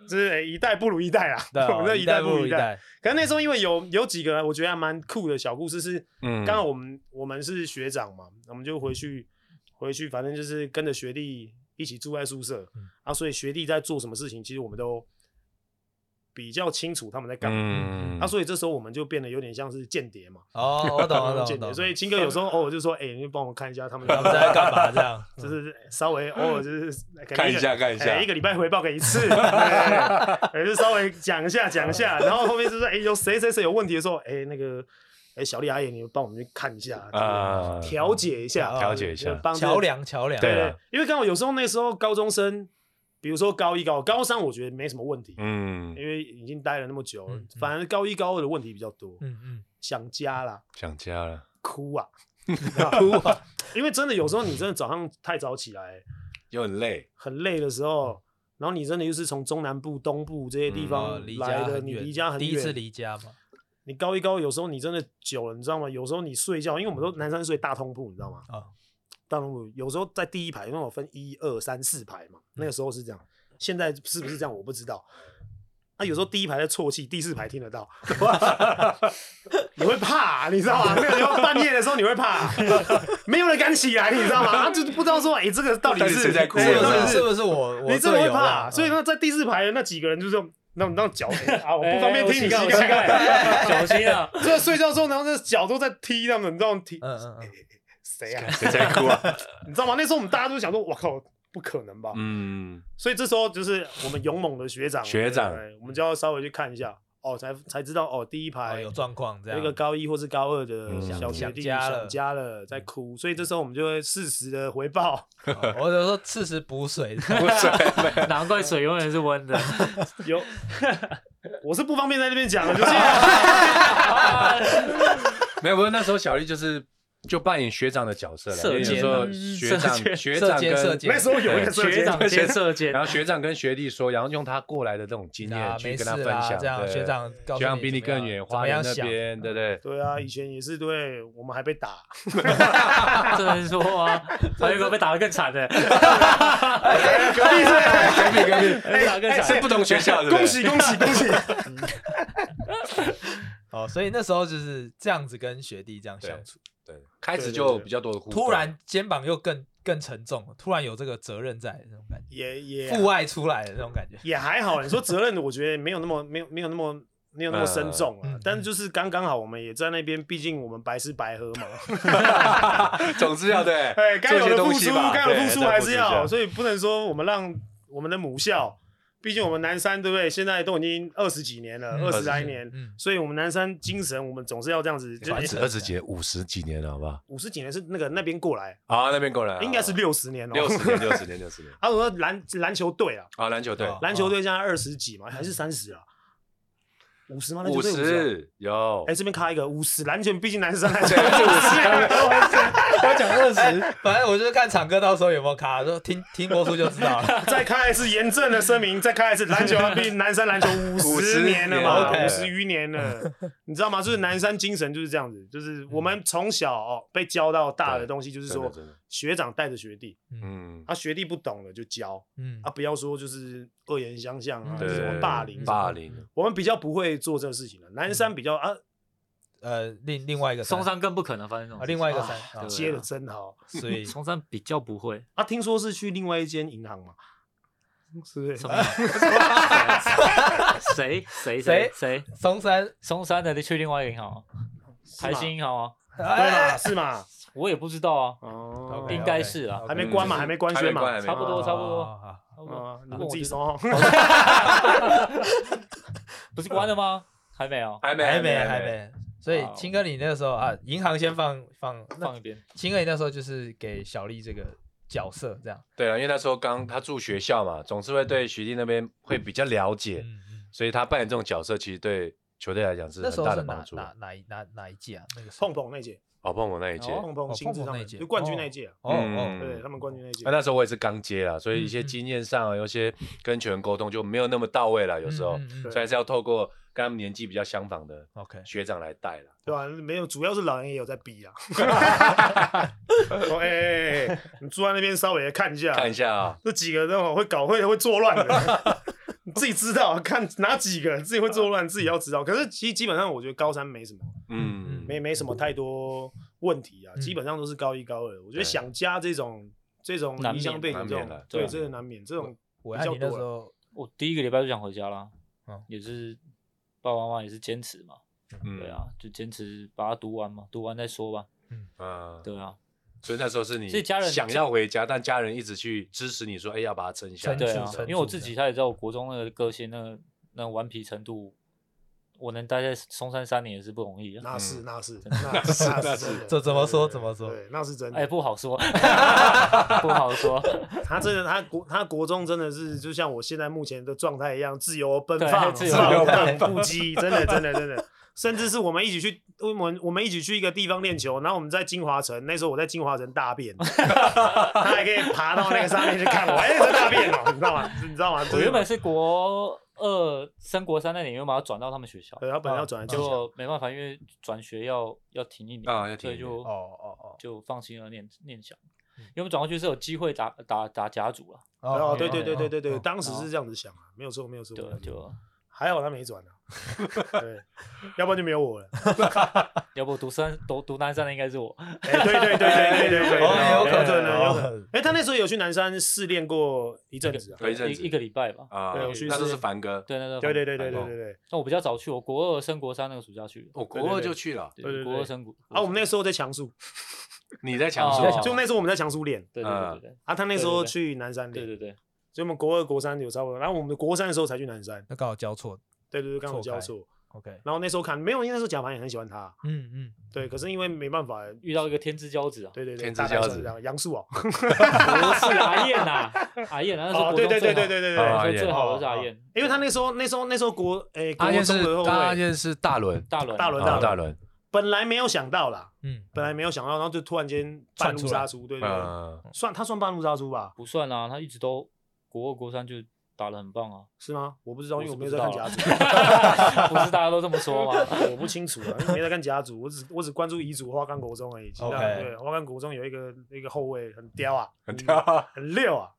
Speaker 1: 就是哎一代不啊如一代啦，
Speaker 2: 对，啊
Speaker 1: 我们这
Speaker 2: 一
Speaker 1: 代
Speaker 2: 不
Speaker 1: 如
Speaker 2: 如一
Speaker 1: 代。
Speaker 2: 代，
Speaker 1: 可是那时候因为有有几个我觉得还蛮酷的小故事是，
Speaker 4: 嗯
Speaker 1: 刚好我们我们是学长嘛，我们就回去
Speaker 4: 嗯
Speaker 1: 回去，反正就是跟着学弟一起住在宿舍、
Speaker 4: 嗯
Speaker 1: 啊，所以学弟在做什么事情，其实我们都比较清楚他们在干嘛。
Speaker 4: 嗯
Speaker 1: 啊，所以这时候我们就变得有点像是间谍嘛，
Speaker 2: 哦，我懂，我懂，我
Speaker 1: 间谍。
Speaker 2: 懂，
Speaker 1: 所以青哥有时候偶尔就说：“哎、你帮我看一下他们
Speaker 2: 他们在干嘛这样？
Speaker 1: 就是稍微偶尔就是 可能
Speaker 4: 看一下
Speaker 1: 个
Speaker 4: 看一下
Speaker 1: 哎一个礼拜回报给一 次，对，也就稍微讲一下讲一
Speaker 4: 啊
Speaker 1: 下，然后后面就是哎有谁谁谁有问题的时候，哎那个哎小丽阿姨，你帮我们去看一下
Speaker 4: 啊
Speaker 1: 调哎解一下，啊
Speaker 4: 调解一下
Speaker 1: 就帮着
Speaker 2: 桥梁，桥梁，
Speaker 4: 对
Speaker 1: 对
Speaker 4: 啊，
Speaker 1: 因为刚好有时候那时候高中生，比如说高一高高三，我觉得没什么问题，
Speaker 4: 嗯，
Speaker 1: 因为已经待了那么久了
Speaker 2: 嗯，嗯
Speaker 1: 反而高一高二的问题比较多，
Speaker 2: 嗯嗯，
Speaker 1: 想家啦，
Speaker 4: 想家了。
Speaker 1: 哭啊， 哭啊，
Speaker 2: 哦
Speaker 1: 因为真的有时候你真的早上太早起来。
Speaker 4: 又很累，
Speaker 1: 很累的时候，然后你真的又是从中南部、东部这些地
Speaker 2: 哦
Speaker 1: 方
Speaker 2: 离
Speaker 1: 来
Speaker 2: 家
Speaker 1: 的，
Speaker 2: 很
Speaker 1: 你
Speaker 2: 远，
Speaker 1: 离家很
Speaker 2: 第
Speaker 1: 远。
Speaker 2: 一次离家嘛，
Speaker 1: 你高一高，有时候你真的久了，你知道吗？有时候你睡觉，因为我们都南山睡大通铺，你知道吗？
Speaker 2: 啊，
Speaker 1: 大通铺有时候在第一排，因为我分一二三四排嘛，那
Speaker 2: 嗯
Speaker 1: 个时候是这样。现在是不是这样？我不知道。那、有时候第一排在啜泣，第四排听得到， 你会怕、啊你知道吗？那个时候半夜的时候你会怕、啊 没有人敢起来，你知道吗？啊就是不知道说，哎、这个到底
Speaker 4: 到底
Speaker 1: 是
Speaker 4: 谁在哭
Speaker 1: 对
Speaker 2: 是
Speaker 4: 啊
Speaker 1: 到底
Speaker 2: 不
Speaker 1: 是
Speaker 2: 是是不是我？我
Speaker 1: 你真的
Speaker 2: 队
Speaker 1: 会
Speaker 2: 友这
Speaker 1: 怕，
Speaker 2: 样
Speaker 1: 所以
Speaker 2: 嗯
Speaker 1: 呢，在第四排的那几个人就是那那脚啊，我不方便
Speaker 5: 哎
Speaker 1: 踢你膝
Speaker 5: 我膝盖
Speaker 1: 盖，
Speaker 5: 小心啊！
Speaker 1: 所以睡觉的时候，然后这脚都在踢他们，你知道吗踢
Speaker 2: 嗯嗯嗯，
Speaker 1: 谁啊？
Speaker 4: 谁在哭啊？
Speaker 1: 你知道吗？那时候我们大家都想说，我靠，不可能吧？
Speaker 4: 嗯，
Speaker 1: 所以这时候就是我们勇猛的学长，
Speaker 4: 学长
Speaker 1: 对，我们就要稍微去看一下，哦，才才知道哦，第一
Speaker 2: 哦
Speaker 1: 排
Speaker 2: 有状况这样，
Speaker 1: 那个高一或是高二的
Speaker 4: 嗯
Speaker 1: 小学弟
Speaker 2: 想家了
Speaker 1: 想家了，在哭，所以这时候我们就会适时的回报。
Speaker 2: 哦我就说适时 补水，
Speaker 5: 难怪水永远是温的。
Speaker 1: 有，我是不方便在那边讲了，就是。
Speaker 4: 没有，不是那时候小丽就是就扮演学长的角色了，
Speaker 5: 射
Speaker 4: 因为有
Speaker 5: 箭
Speaker 4: 时候
Speaker 5: 嗯
Speaker 4: 学
Speaker 5: 射
Speaker 4: 长
Speaker 5: 箭
Speaker 4: 学
Speaker 2: 射
Speaker 4: 长
Speaker 2: 箭射
Speaker 4: 跟
Speaker 2: 箭，
Speaker 1: 那时候有一个
Speaker 4: 对
Speaker 1: 射
Speaker 5: 学
Speaker 1: 箭
Speaker 5: 长接射箭
Speaker 4: 然，后学长跟学弟说，然后用他过来的这种经
Speaker 2: 啊
Speaker 4: 验去
Speaker 2: 没事
Speaker 4: 跟他分
Speaker 2: 啦
Speaker 4: 享，
Speaker 2: 这样
Speaker 4: 对
Speaker 2: 学长告诉
Speaker 4: 学长比你
Speaker 2: 怎么样
Speaker 4: 更远，
Speaker 2: 怎
Speaker 4: 花
Speaker 2: 么
Speaker 4: 莲
Speaker 2: 样
Speaker 4: 那
Speaker 2: 想，
Speaker 4: 边，对不对？
Speaker 1: 对啊，以前也是对我们还被打，
Speaker 5: 这能说啊？还有一个被打得更惨的，
Speaker 1: 隔壁 是，
Speaker 4: 隔壁隔壁
Speaker 1: 哎
Speaker 5: 打更
Speaker 1: 哎
Speaker 5: 惨
Speaker 4: 是不同 学校的，
Speaker 1: 恭喜恭喜 恭喜！
Speaker 2: 哦，所以那时候就是这样子跟学弟这样相处，
Speaker 4: 对，开始就比较多的互动，
Speaker 2: 突然肩膀又更更沉重了，突然有这个责任在的那种感觉，
Speaker 1: 也也
Speaker 2: 父爱出来的那种感觉，
Speaker 1: 也还好，你说责任，我觉得没有那么没有没有那么没有那么深重啊
Speaker 2: 嗯，
Speaker 1: 但就是刚刚好，我们也在那边，毕竟我们白吃白 喝嘛，
Speaker 4: 总之要对，
Speaker 1: 哎，该有
Speaker 4: 做些
Speaker 1: 的付
Speaker 4: 东西
Speaker 1: 出，
Speaker 4: 吧
Speaker 1: 该有的付出还是要，
Speaker 4: 对
Speaker 1: 所以不能说我们让我们的母校，毕竟我们南山对不对？现在都已经二十几年了，
Speaker 2: 嗯
Speaker 1: 二十来
Speaker 4: 20
Speaker 1: 年，
Speaker 2: 嗯，
Speaker 1: 所以我们南山精神，我们总是要这样子，就
Speaker 4: 二
Speaker 1: 是
Speaker 4: 十二十几五十几年了，好不好？
Speaker 1: 五十几年是那个那边过来，
Speaker 4: 啊，那边过来啊
Speaker 1: 应该是六十年哦，
Speaker 4: 六 十年，六十年，六十年
Speaker 1: 啊，我说篮篮球队啊，
Speaker 4: 啊，篮球队
Speaker 2: 哦
Speaker 1: 篮球队现在二十几嘛，还是三十啊？五十吗？篮球
Speaker 4: 嗯五
Speaker 1: 队50啊。
Speaker 4: 十有
Speaker 1: 哎，，这边开一个五十，篮球毕竟男生篮球
Speaker 4: 对还是
Speaker 2: 我讲二十， 反正我就是看场哥到时候有没有卡，说听听播出就知 道了。
Speaker 1: 再开一次严正的声明，再开一次篮球啊，毕竟男生篮球五十
Speaker 4: 50
Speaker 1: 年了嘛，哦
Speaker 2: 年
Speaker 1: 五
Speaker 2: 了
Speaker 1: 十余年 了，你知道吗？就是南山精神就是这样子，就是我们从小哦被教到大的东西，就是
Speaker 4: 真的
Speaker 1: 说
Speaker 4: 真的
Speaker 1: 学长带着学弟，
Speaker 4: 嗯，
Speaker 1: 啊，学弟不懂了就教，
Speaker 2: 嗯
Speaker 1: 啊，不要说就是恶言相向啊，
Speaker 2: 嗯
Speaker 1: 什么
Speaker 4: 对，
Speaker 1: 霸凌什么的，
Speaker 4: 霸嗯凌，
Speaker 1: 我们比较不会做这个事情了。南山比较啊，
Speaker 2: 呃，另另外一个
Speaker 5: 松
Speaker 2: 山
Speaker 5: 山更不可能发生这种
Speaker 2: 啊，
Speaker 5: 事情。
Speaker 2: 另外一个
Speaker 1: 啊
Speaker 2: 山啊
Speaker 5: 对，
Speaker 1: 接的真好
Speaker 2: 所以
Speaker 5: 松山比较不会，
Speaker 1: 啊。听说是去另外一间银行嘛，是不 是？
Speaker 5: 什么啊 谁谁
Speaker 2: 谁
Speaker 5: 谁
Speaker 2: 松山
Speaker 5: 松山的去另外一个银行哦，
Speaker 1: 是
Speaker 5: 台
Speaker 1: 吗
Speaker 5: 新银行啊，
Speaker 1: 对
Speaker 2: 哎
Speaker 1: 嘛？是嘛？
Speaker 5: 我也不知道啊，
Speaker 1: 哦
Speaker 2: OK，
Speaker 5: 应该是啊，
Speaker 1: 还没
Speaker 4: 嗯
Speaker 1: 关嘛，
Speaker 4: 就是
Speaker 1: 还没官宣嘛，
Speaker 4: 还没关还没
Speaker 5: 差不多
Speaker 1: 哦
Speaker 5: 差不多
Speaker 2: 好好好
Speaker 1: 啊，你
Speaker 5: 那
Speaker 1: 们
Speaker 5: 我
Speaker 1: 自己
Speaker 5: 就
Speaker 1: 收哦。
Speaker 5: 不是关了吗？还没啊有，
Speaker 4: 哎还没
Speaker 1: 哎
Speaker 2: 还没还，没。所以
Speaker 5: 好
Speaker 2: 青哥你那个时候啊，银行先放放
Speaker 5: 放
Speaker 2: 那
Speaker 5: 一边。
Speaker 2: 青哥你那时候就是给小丽这个角色这样，
Speaker 4: 对啊，因为那时候刚他住学校嘛，总是会对学弟那边会比较了解，
Speaker 2: 嗯嗯。
Speaker 4: 所以他扮演这种角色，其实对球队来讲是
Speaker 2: 那
Speaker 4: 很
Speaker 2: 时候
Speaker 4: 大
Speaker 2: 是
Speaker 4: 的
Speaker 2: 哪
Speaker 4: 帮助。
Speaker 2: 哪哪一哪哪一届啊？那个时候
Speaker 1: 碰碰那届，
Speaker 4: 哦，碰我那一届，
Speaker 1: 碰碰
Speaker 2: 哦
Speaker 1: 新
Speaker 2: 碰
Speaker 1: 智
Speaker 2: 碰
Speaker 1: 上
Speaker 2: 那
Speaker 1: 的
Speaker 2: 届
Speaker 1: 就冠军那
Speaker 2: 哦
Speaker 1: 一届啊，
Speaker 2: 哦哦
Speaker 4: 嗯
Speaker 1: 对他们冠军那一届
Speaker 4: 那。那时候我也是刚接啦，所以一
Speaker 2: 嗯
Speaker 4: 些
Speaker 2: 嗯
Speaker 4: 经验上啊，有些跟球员沟通就没有那么到位了，有时候，
Speaker 2: 嗯嗯嗯
Speaker 4: 所以还是要透过跟他们年纪比较相仿的
Speaker 2: ，OK，
Speaker 4: 学长来带了。
Speaker 1: 对吧、啊没有，主要是老人也有在逼 啊。说哎、欸欸，你坐在那边稍微看一下，
Speaker 4: 看一下啊，
Speaker 1: 这几个人哦会搞会会作乱的，你自己知道，看哪几个自己会作乱，自己要知道。可是其实基本上，我觉得高三没什么，
Speaker 4: 嗯，
Speaker 1: 没没什么太多问题啊，
Speaker 2: 嗯
Speaker 1: 基本上都是高一高二。我觉得
Speaker 4: 对
Speaker 1: 想加这种这种
Speaker 5: 难免
Speaker 1: 离乡背景这
Speaker 4: 难免
Speaker 1: 种
Speaker 4: 了，对
Speaker 1: 对，
Speaker 4: 啊
Speaker 1: 真的难免这种
Speaker 2: 我
Speaker 1: 比
Speaker 2: 看
Speaker 1: 较
Speaker 2: 你那
Speaker 1: 多
Speaker 2: 时
Speaker 1: 了。
Speaker 2: 候
Speaker 5: 我第一个礼拜就想回家啦
Speaker 2: 嗯，
Speaker 5: 也是爸爸妈妈也是坚持嘛，
Speaker 4: 嗯
Speaker 5: 对，啊，就坚持把它读完嘛，读完再说吧，
Speaker 4: 啊，
Speaker 5: 对啊，
Speaker 4: 所以那时候是你
Speaker 5: 是家人
Speaker 4: 想要回家，但家人一直去支持你说，哎，要把它撑下来。
Speaker 2: 撑
Speaker 5: 对
Speaker 2: 住
Speaker 5: 啊
Speaker 2: 撑住，
Speaker 5: 因为我自己他也知道我国中那个个性，那个那个顽皮程度，我能待在松山三年也是不容易啊。
Speaker 1: 那是
Speaker 4: 嗯
Speaker 1: 那是那是那是真的，
Speaker 2: 这怎么说
Speaker 1: 对
Speaker 2: 怎么说
Speaker 1: 对，那是真的。
Speaker 5: 哎，不好说，不好说。
Speaker 1: 他真的，他国他国中真的是就像我现在目前的状态一样，自由奔
Speaker 5: 对
Speaker 1: 放，
Speaker 5: 自由
Speaker 1: 放
Speaker 5: 奔
Speaker 1: 荡不羁，真的真的真的。甚至是我们一起去，我们我们一起去一个地方练球，然后我们在金华城，那时候我在金华城大 便，他还可以爬到那个上面去看我，哎、这大便哦、你知道吗？你知道吗？
Speaker 5: 我原本是国二升国三那年，原本要转到他们学校，
Speaker 1: 对，他本来要转来
Speaker 5: 结
Speaker 1: 金华，
Speaker 5: 果没办法，因为转学要要停一年
Speaker 4: 啊要
Speaker 5: 所
Speaker 4: 停一
Speaker 5: 以
Speaker 4: 年
Speaker 5: 就
Speaker 2: 哦哦哦
Speaker 5: 就放弃了念念想。
Speaker 1: 嗯
Speaker 5: 因为我们转过去是有机会打打打甲组了，
Speaker 1: 哦，对对对对对对，
Speaker 2: 哦
Speaker 1: 当时是这样子想啊，没有错没有错，
Speaker 5: 对，就
Speaker 1: 还好他没转啊， 对，要不然就没有我了，
Speaker 5: 要不读三读读南山的应该是我，
Speaker 1: 哎、对对对对对对对，
Speaker 2: 哦有可
Speaker 1: 对对
Speaker 2: 能
Speaker 1: 对
Speaker 2: 有
Speaker 1: 有可
Speaker 2: 可能
Speaker 1: 能。哎，他那时候有去南山试练过一阵子啊。
Speaker 4: 对一阵子
Speaker 5: 一一个礼拜吧。
Speaker 4: 啊，
Speaker 1: 对
Speaker 4: 那
Speaker 1: 我去
Speaker 4: 时候
Speaker 1: 是
Speaker 4: 是凡哥，
Speaker 5: 对，那时候
Speaker 1: 对对对
Speaker 5: 反
Speaker 1: 对对
Speaker 4: 哦
Speaker 1: 对对。
Speaker 5: 那我比较早去，我国二升国三那个暑假去的。
Speaker 4: 我国二
Speaker 1: 对对
Speaker 4: 就去了，
Speaker 5: 对
Speaker 1: 对对
Speaker 5: 国二
Speaker 1: 对
Speaker 5: 升国
Speaker 1: 啊，我们那时候在强叔，
Speaker 4: 你在强
Speaker 5: 哦
Speaker 4: 叔
Speaker 5: 对
Speaker 4: 啊，
Speaker 1: 就那时候我们在强叔练
Speaker 5: 对对对对
Speaker 1: 啊，他那时候嗯
Speaker 5: 对对对
Speaker 1: 去南山
Speaker 5: 对对
Speaker 1: 练，
Speaker 5: 对对，
Speaker 1: 所以我们国二国三有差不多，然后我们国三的时候才去南山，
Speaker 2: 那刚好交错
Speaker 1: 对对对，刚好
Speaker 2: 错
Speaker 1: 交
Speaker 2: 开
Speaker 1: 错。
Speaker 2: ，OK，
Speaker 1: 然后那时候看没有，因为那时候贾凡也很喜欢他，
Speaker 2: 嗯嗯，
Speaker 1: 对，可是因为没办法，
Speaker 5: 遇到一个天之骄子啊，
Speaker 1: 对对对，
Speaker 4: 天之
Speaker 1: 大概
Speaker 4: 骄
Speaker 1: 是
Speaker 4: 子
Speaker 1: 这样杨树哦，
Speaker 5: 不是阿燕呐，阿燕啊那时候
Speaker 1: 哦，
Speaker 5: 国
Speaker 1: 对
Speaker 5: 中
Speaker 1: 对对
Speaker 5: 最
Speaker 1: 对
Speaker 5: 好
Speaker 1: 对对对，
Speaker 4: 啊
Speaker 1: 哦
Speaker 5: 那时候最好的是
Speaker 2: 阿
Speaker 5: 阿
Speaker 2: 燕
Speaker 5: 燕，
Speaker 1: 因为他那时候那时候那时候国诶
Speaker 4: 阿
Speaker 1: 国
Speaker 4: 燕
Speaker 1: 中
Speaker 4: 是
Speaker 1: 的后
Speaker 4: 阿
Speaker 1: 卫，
Speaker 4: 燕是大轮，
Speaker 5: 哦大轮
Speaker 1: 大轮
Speaker 4: 啊大
Speaker 1: 大
Speaker 4: 轮，
Speaker 1: 本来没有想到啦，
Speaker 2: 嗯，
Speaker 1: 本来没有想到，然后就突然间半
Speaker 2: 窜
Speaker 1: 路
Speaker 2: 出来
Speaker 1: 杀出，对对对，
Speaker 4: 嗯，
Speaker 1: 算他算半路杀出吧，
Speaker 5: 不算啊，他一直都国二国三就打得很棒 啊，
Speaker 1: 是吗？我不知道，因为
Speaker 5: 是
Speaker 1: 我
Speaker 5: 不
Speaker 1: 没有
Speaker 5: 知
Speaker 1: 在
Speaker 5: 道
Speaker 1: 看
Speaker 5: 啊
Speaker 1: 甲组。
Speaker 5: 不是大家都这么说吗？
Speaker 1: 我不清楚啊，因为没在看甲组，我只我只关注乙组花岗国中而已。其他
Speaker 2: OK
Speaker 1: 对，花岗国中有一个一个后卫很刁啊，
Speaker 4: 很跳啊，
Speaker 1: 很溜啊。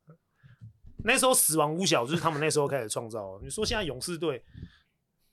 Speaker 1: 那时候死亡五小就是他们那时候开始创造哦。你说现在勇士队，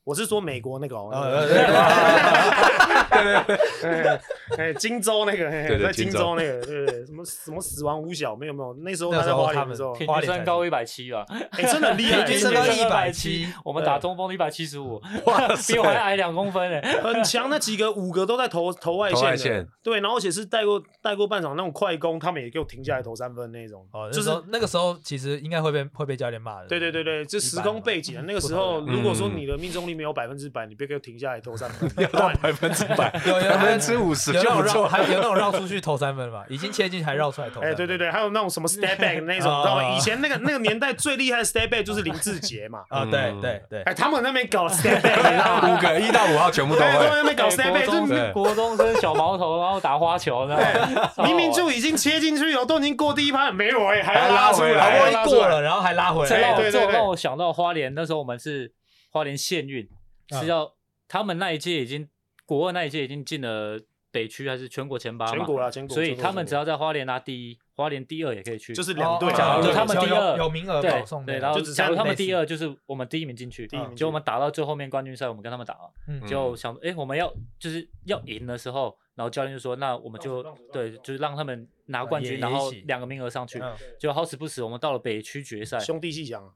Speaker 1: 我是说美国那个哦，那
Speaker 2: 啊呃
Speaker 1: 个 哎，荆州那个，哎
Speaker 4: 对对
Speaker 1: 在荆
Speaker 4: 荆州
Speaker 1: 州那个，对对，对什么什么死亡五小没有没有，那时候
Speaker 2: 那
Speaker 1: 他
Speaker 2: 时
Speaker 1: 在
Speaker 2: 候
Speaker 1: 花
Speaker 2: 他
Speaker 1: 莲的
Speaker 2: 们
Speaker 1: 时候，
Speaker 5: 平
Speaker 2: 花
Speaker 5: 均
Speaker 2: 莲才
Speaker 5: 身高一百七吧，
Speaker 1: 哎，真 的很厉害，
Speaker 2: 平均身
Speaker 1: 真
Speaker 2: 高
Speaker 1: 的
Speaker 2: 一
Speaker 5: 170
Speaker 2: 170
Speaker 5: 我们打中锋一百七十五， 比我还矮两公分呢。
Speaker 1: 很强，那几个五个都在投投外线
Speaker 4: 投
Speaker 1: 的，
Speaker 4: 外线
Speaker 1: 对，然后而且是带过带过半场那种快攻，他们也给我停下来投三分那种，
Speaker 2: 哦，
Speaker 1: 就
Speaker 2: 就是是那个时候其实应该会被会被教练骂的，
Speaker 1: 对对对对，这时空背景啊，那个时候
Speaker 4: 了
Speaker 1: 如果说
Speaker 4: 嗯
Speaker 1: 你的命中率没有百分之百，你别给我停下来投三分，
Speaker 4: 要到百分之百，
Speaker 2: 有有
Speaker 4: 百分之五十
Speaker 2: 有
Speaker 4: 就
Speaker 2: 那
Speaker 4: 不
Speaker 2: 种绕，
Speaker 4: 错。
Speaker 2: 还有那种绕出去投三分嘛，已经切进还绕出来投。
Speaker 1: 哎，对对，对，还有那种 什么 step back 那种，
Speaker 2: 哦
Speaker 1: 知道吗？以前那个那个年代最厉害的 step back 就是林志杰嘛，
Speaker 2: 啊，对对对，
Speaker 1: 哎，他们那边搞 step back，你知道 吗？
Speaker 4: 五个一到五号全部
Speaker 1: 对，
Speaker 4: 都
Speaker 1: 他们
Speaker 4: 会，
Speaker 1: 那边搞 step
Speaker 5: 哎
Speaker 1: back，
Speaker 5: 国
Speaker 1: 就是
Speaker 5: 中 国中生小毛头，然后打花球，你知道吗？
Speaker 1: 明明就已经切进去了，都已经过第一拍，没有哎，还要
Speaker 4: 还
Speaker 1: 拉
Speaker 4: 拉
Speaker 1: 出
Speaker 4: 回
Speaker 1: 来，
Speaker 4: 来
Speaker 2: 好
Speaker 1: 还要拉
Speaker 2: 不容易
Speaker 1: 出
Speaker 2: 过
Speaker 1: 来
Speaker 2: 了，然后还哎拉回
Speaker 5: 这
Speaker 2: 来
Speaker 5: 让我，
Speaker 1: 对对
Speaker 5: 这种
Speaker 1: 对
Speaker 5: 让我想到花莲，那时候我们是花莲县运，
Speaker 2: 啊
Speaker 5: 是要他们那一届已经国二那一届已经进了北区还是全国前八嘛，
Speaker 1: 全国啦，全国。
Speaker 5: 所以
Speaker 1: 全国
Speaker 5: 他
Speaker 1: 全
Speaker 5: 们
Speaker 1: 国
Speaker 5: 只要在花莲拿第一，花莲第二也可以去，
Speaker 1: 就是
Speaker 2: 哦
Speaker 1: 两队
Speaker 2: 哦
Speaker 1: 啊，
Speaker 5: 假如
Speaker 2: 对
Speaker 5: 他们
Speaker 2: 有
Speaker 5: 第
Speaker 2: 有
Speaker 5: 二
Speaker 2: 有名额保
Speaker 5: 对
Speaker 2: 送的，
Speaker 5: 对，然后
Speaker 1: 就只是
Speaker 5: 假如他们
Speaker 2: 类似
Speaker 5: 第二，就是我们第一名进去，
Speaker 1: 第一名进去
Speaker 5: 就我们打到最后面冠军赛，我们跟他们打了，
Speaker 2: 嗯
Speaker 5: 就想哎、诶我们要就是要赢的时候，然后教练就说那我们就
Speaker 3: 让我们
Speaker 5: 对，就是让他们拿冠
Speaker 2: 也
Speaker 5: 军，
Speaker 2: 也
Speaker 5: 然后
Speaker 2: 一起
Speaker 5: 两个名额上去。
Speaker 2: 嗯
Speaker 5: 就好死不死，我们到了北区决赛，
Speaker 1: 兄弟戏讲啊，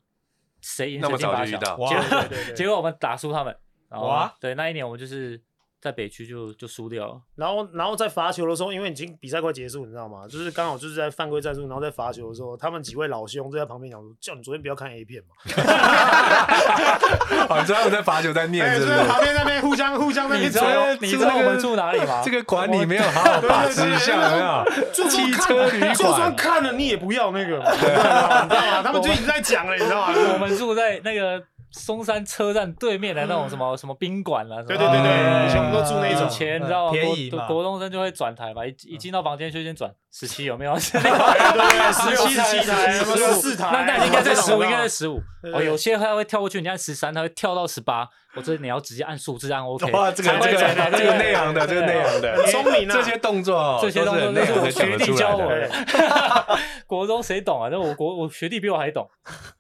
Speaker 5: 谁赢
Speaker 4: 那
Speaker 5: 谁
Speaker 4: 么
Speaker 5: 进
Speaker 4: 早
Speaker 5: 八
Speaker 4: 就遇
Speaker 5: 强。
Speaker 4: 到，
Speaker 2: 哇，
Speaker 1: 对对对
Speaker 5: 结果我们打输他们，然后
Speaker 2: 哇
Speaker 5: 对那一年我们就是在北区就就输掉了。
Speaker 1: 然后，然后在罚球的时候，因为已经比赛快结束，你知道吗？就是刚好就是在犯规战术，然后在罚球的时候，他们几位老兄就在旁边讲说：“叫你昨天不要看 A 片嘛。
Speaker 4: 好，知道我在罚球在念
Speaker 1: 哎，
Speaker 4: 是
Speaker 1: 就
Speaker 4: 不
Speaker 1: 在旁
Speaker 4: 是？
Speaker 1: 边那边互相互相那
Speaker 4: 你
Speaker 1: 边
Speaker 4: 知
Speaker 1: 走
Speaker 4: 道。
Speaker 5: 你知道我们住哪里 吗？
Speaker 4: 这个管理没有好好把持一下，有没有？
Speaker 1: 就算
Speaker 4: 汽
Speaker 1: 看
Speaker 4: 车旅馆
Speaker 1: 就算看了你也不要那个嘛， 啊你知道吗？他们就一直在讲了，你知道 吗？
Speaker 5: 我们住在那个松山车站对面的那种什么什么宾馆啊啦。什么
Speaker 1: 对对对对，
Speaker 2: 嗯
Speaker 1: 以前我们都住那
Speaker 5: 以
Speaker 1: 种，
Speaker 5: 前
Speaker 2: 嗯
Speaker 5: 你知道吗？
Speaker 2: 便
Speaker 5: 国
Speaker 2: 宜嘛
Speaker 5: 国中生就会转台嘛，一一进到房间就先转十七，有没有？十
Speaker 1: 对对对，十七
Speaker 5: 七
Speaker 1: 十七台，
Speaker 5: 十
Speaker 1: 什么十四台，
Speaker 5: 那那应该在十五，应该在
Speaker 1: 十。
Speaker 5: 十五。
Speaker 1: 对
Speaker 5: 哦，有些他会跳过去，你按十三，他会跳到十八。我这你要直接按数字按 OK。
Speaker 4: 哇，这个这个这个内行的，这个内行的，
Speaker 1: 很聪明啊
Speaker 4: 这些动作哦，
Speaker 5: 这些
Speaker 4: 都
Speaker 5: 东
Speaker 4: 是
Speaker 5: 西
Speaker 4: 很
Speaker 5: 都
Speaker 4: 内
Speaker 5: 是
Speaker 4: 行
Speaker 5: 我
Speaker 4: 才想
Speaker 5: 学
Speaker 4: 得
Speaker 5: 弟
Speaker 4: 出
Speaker 5: 教
Speaker 4: 来
Speaker 5: 我
Speaker 4: 的。
Speaker 5: 的。 国中谁懂啊？那我国我学弟比我还懂。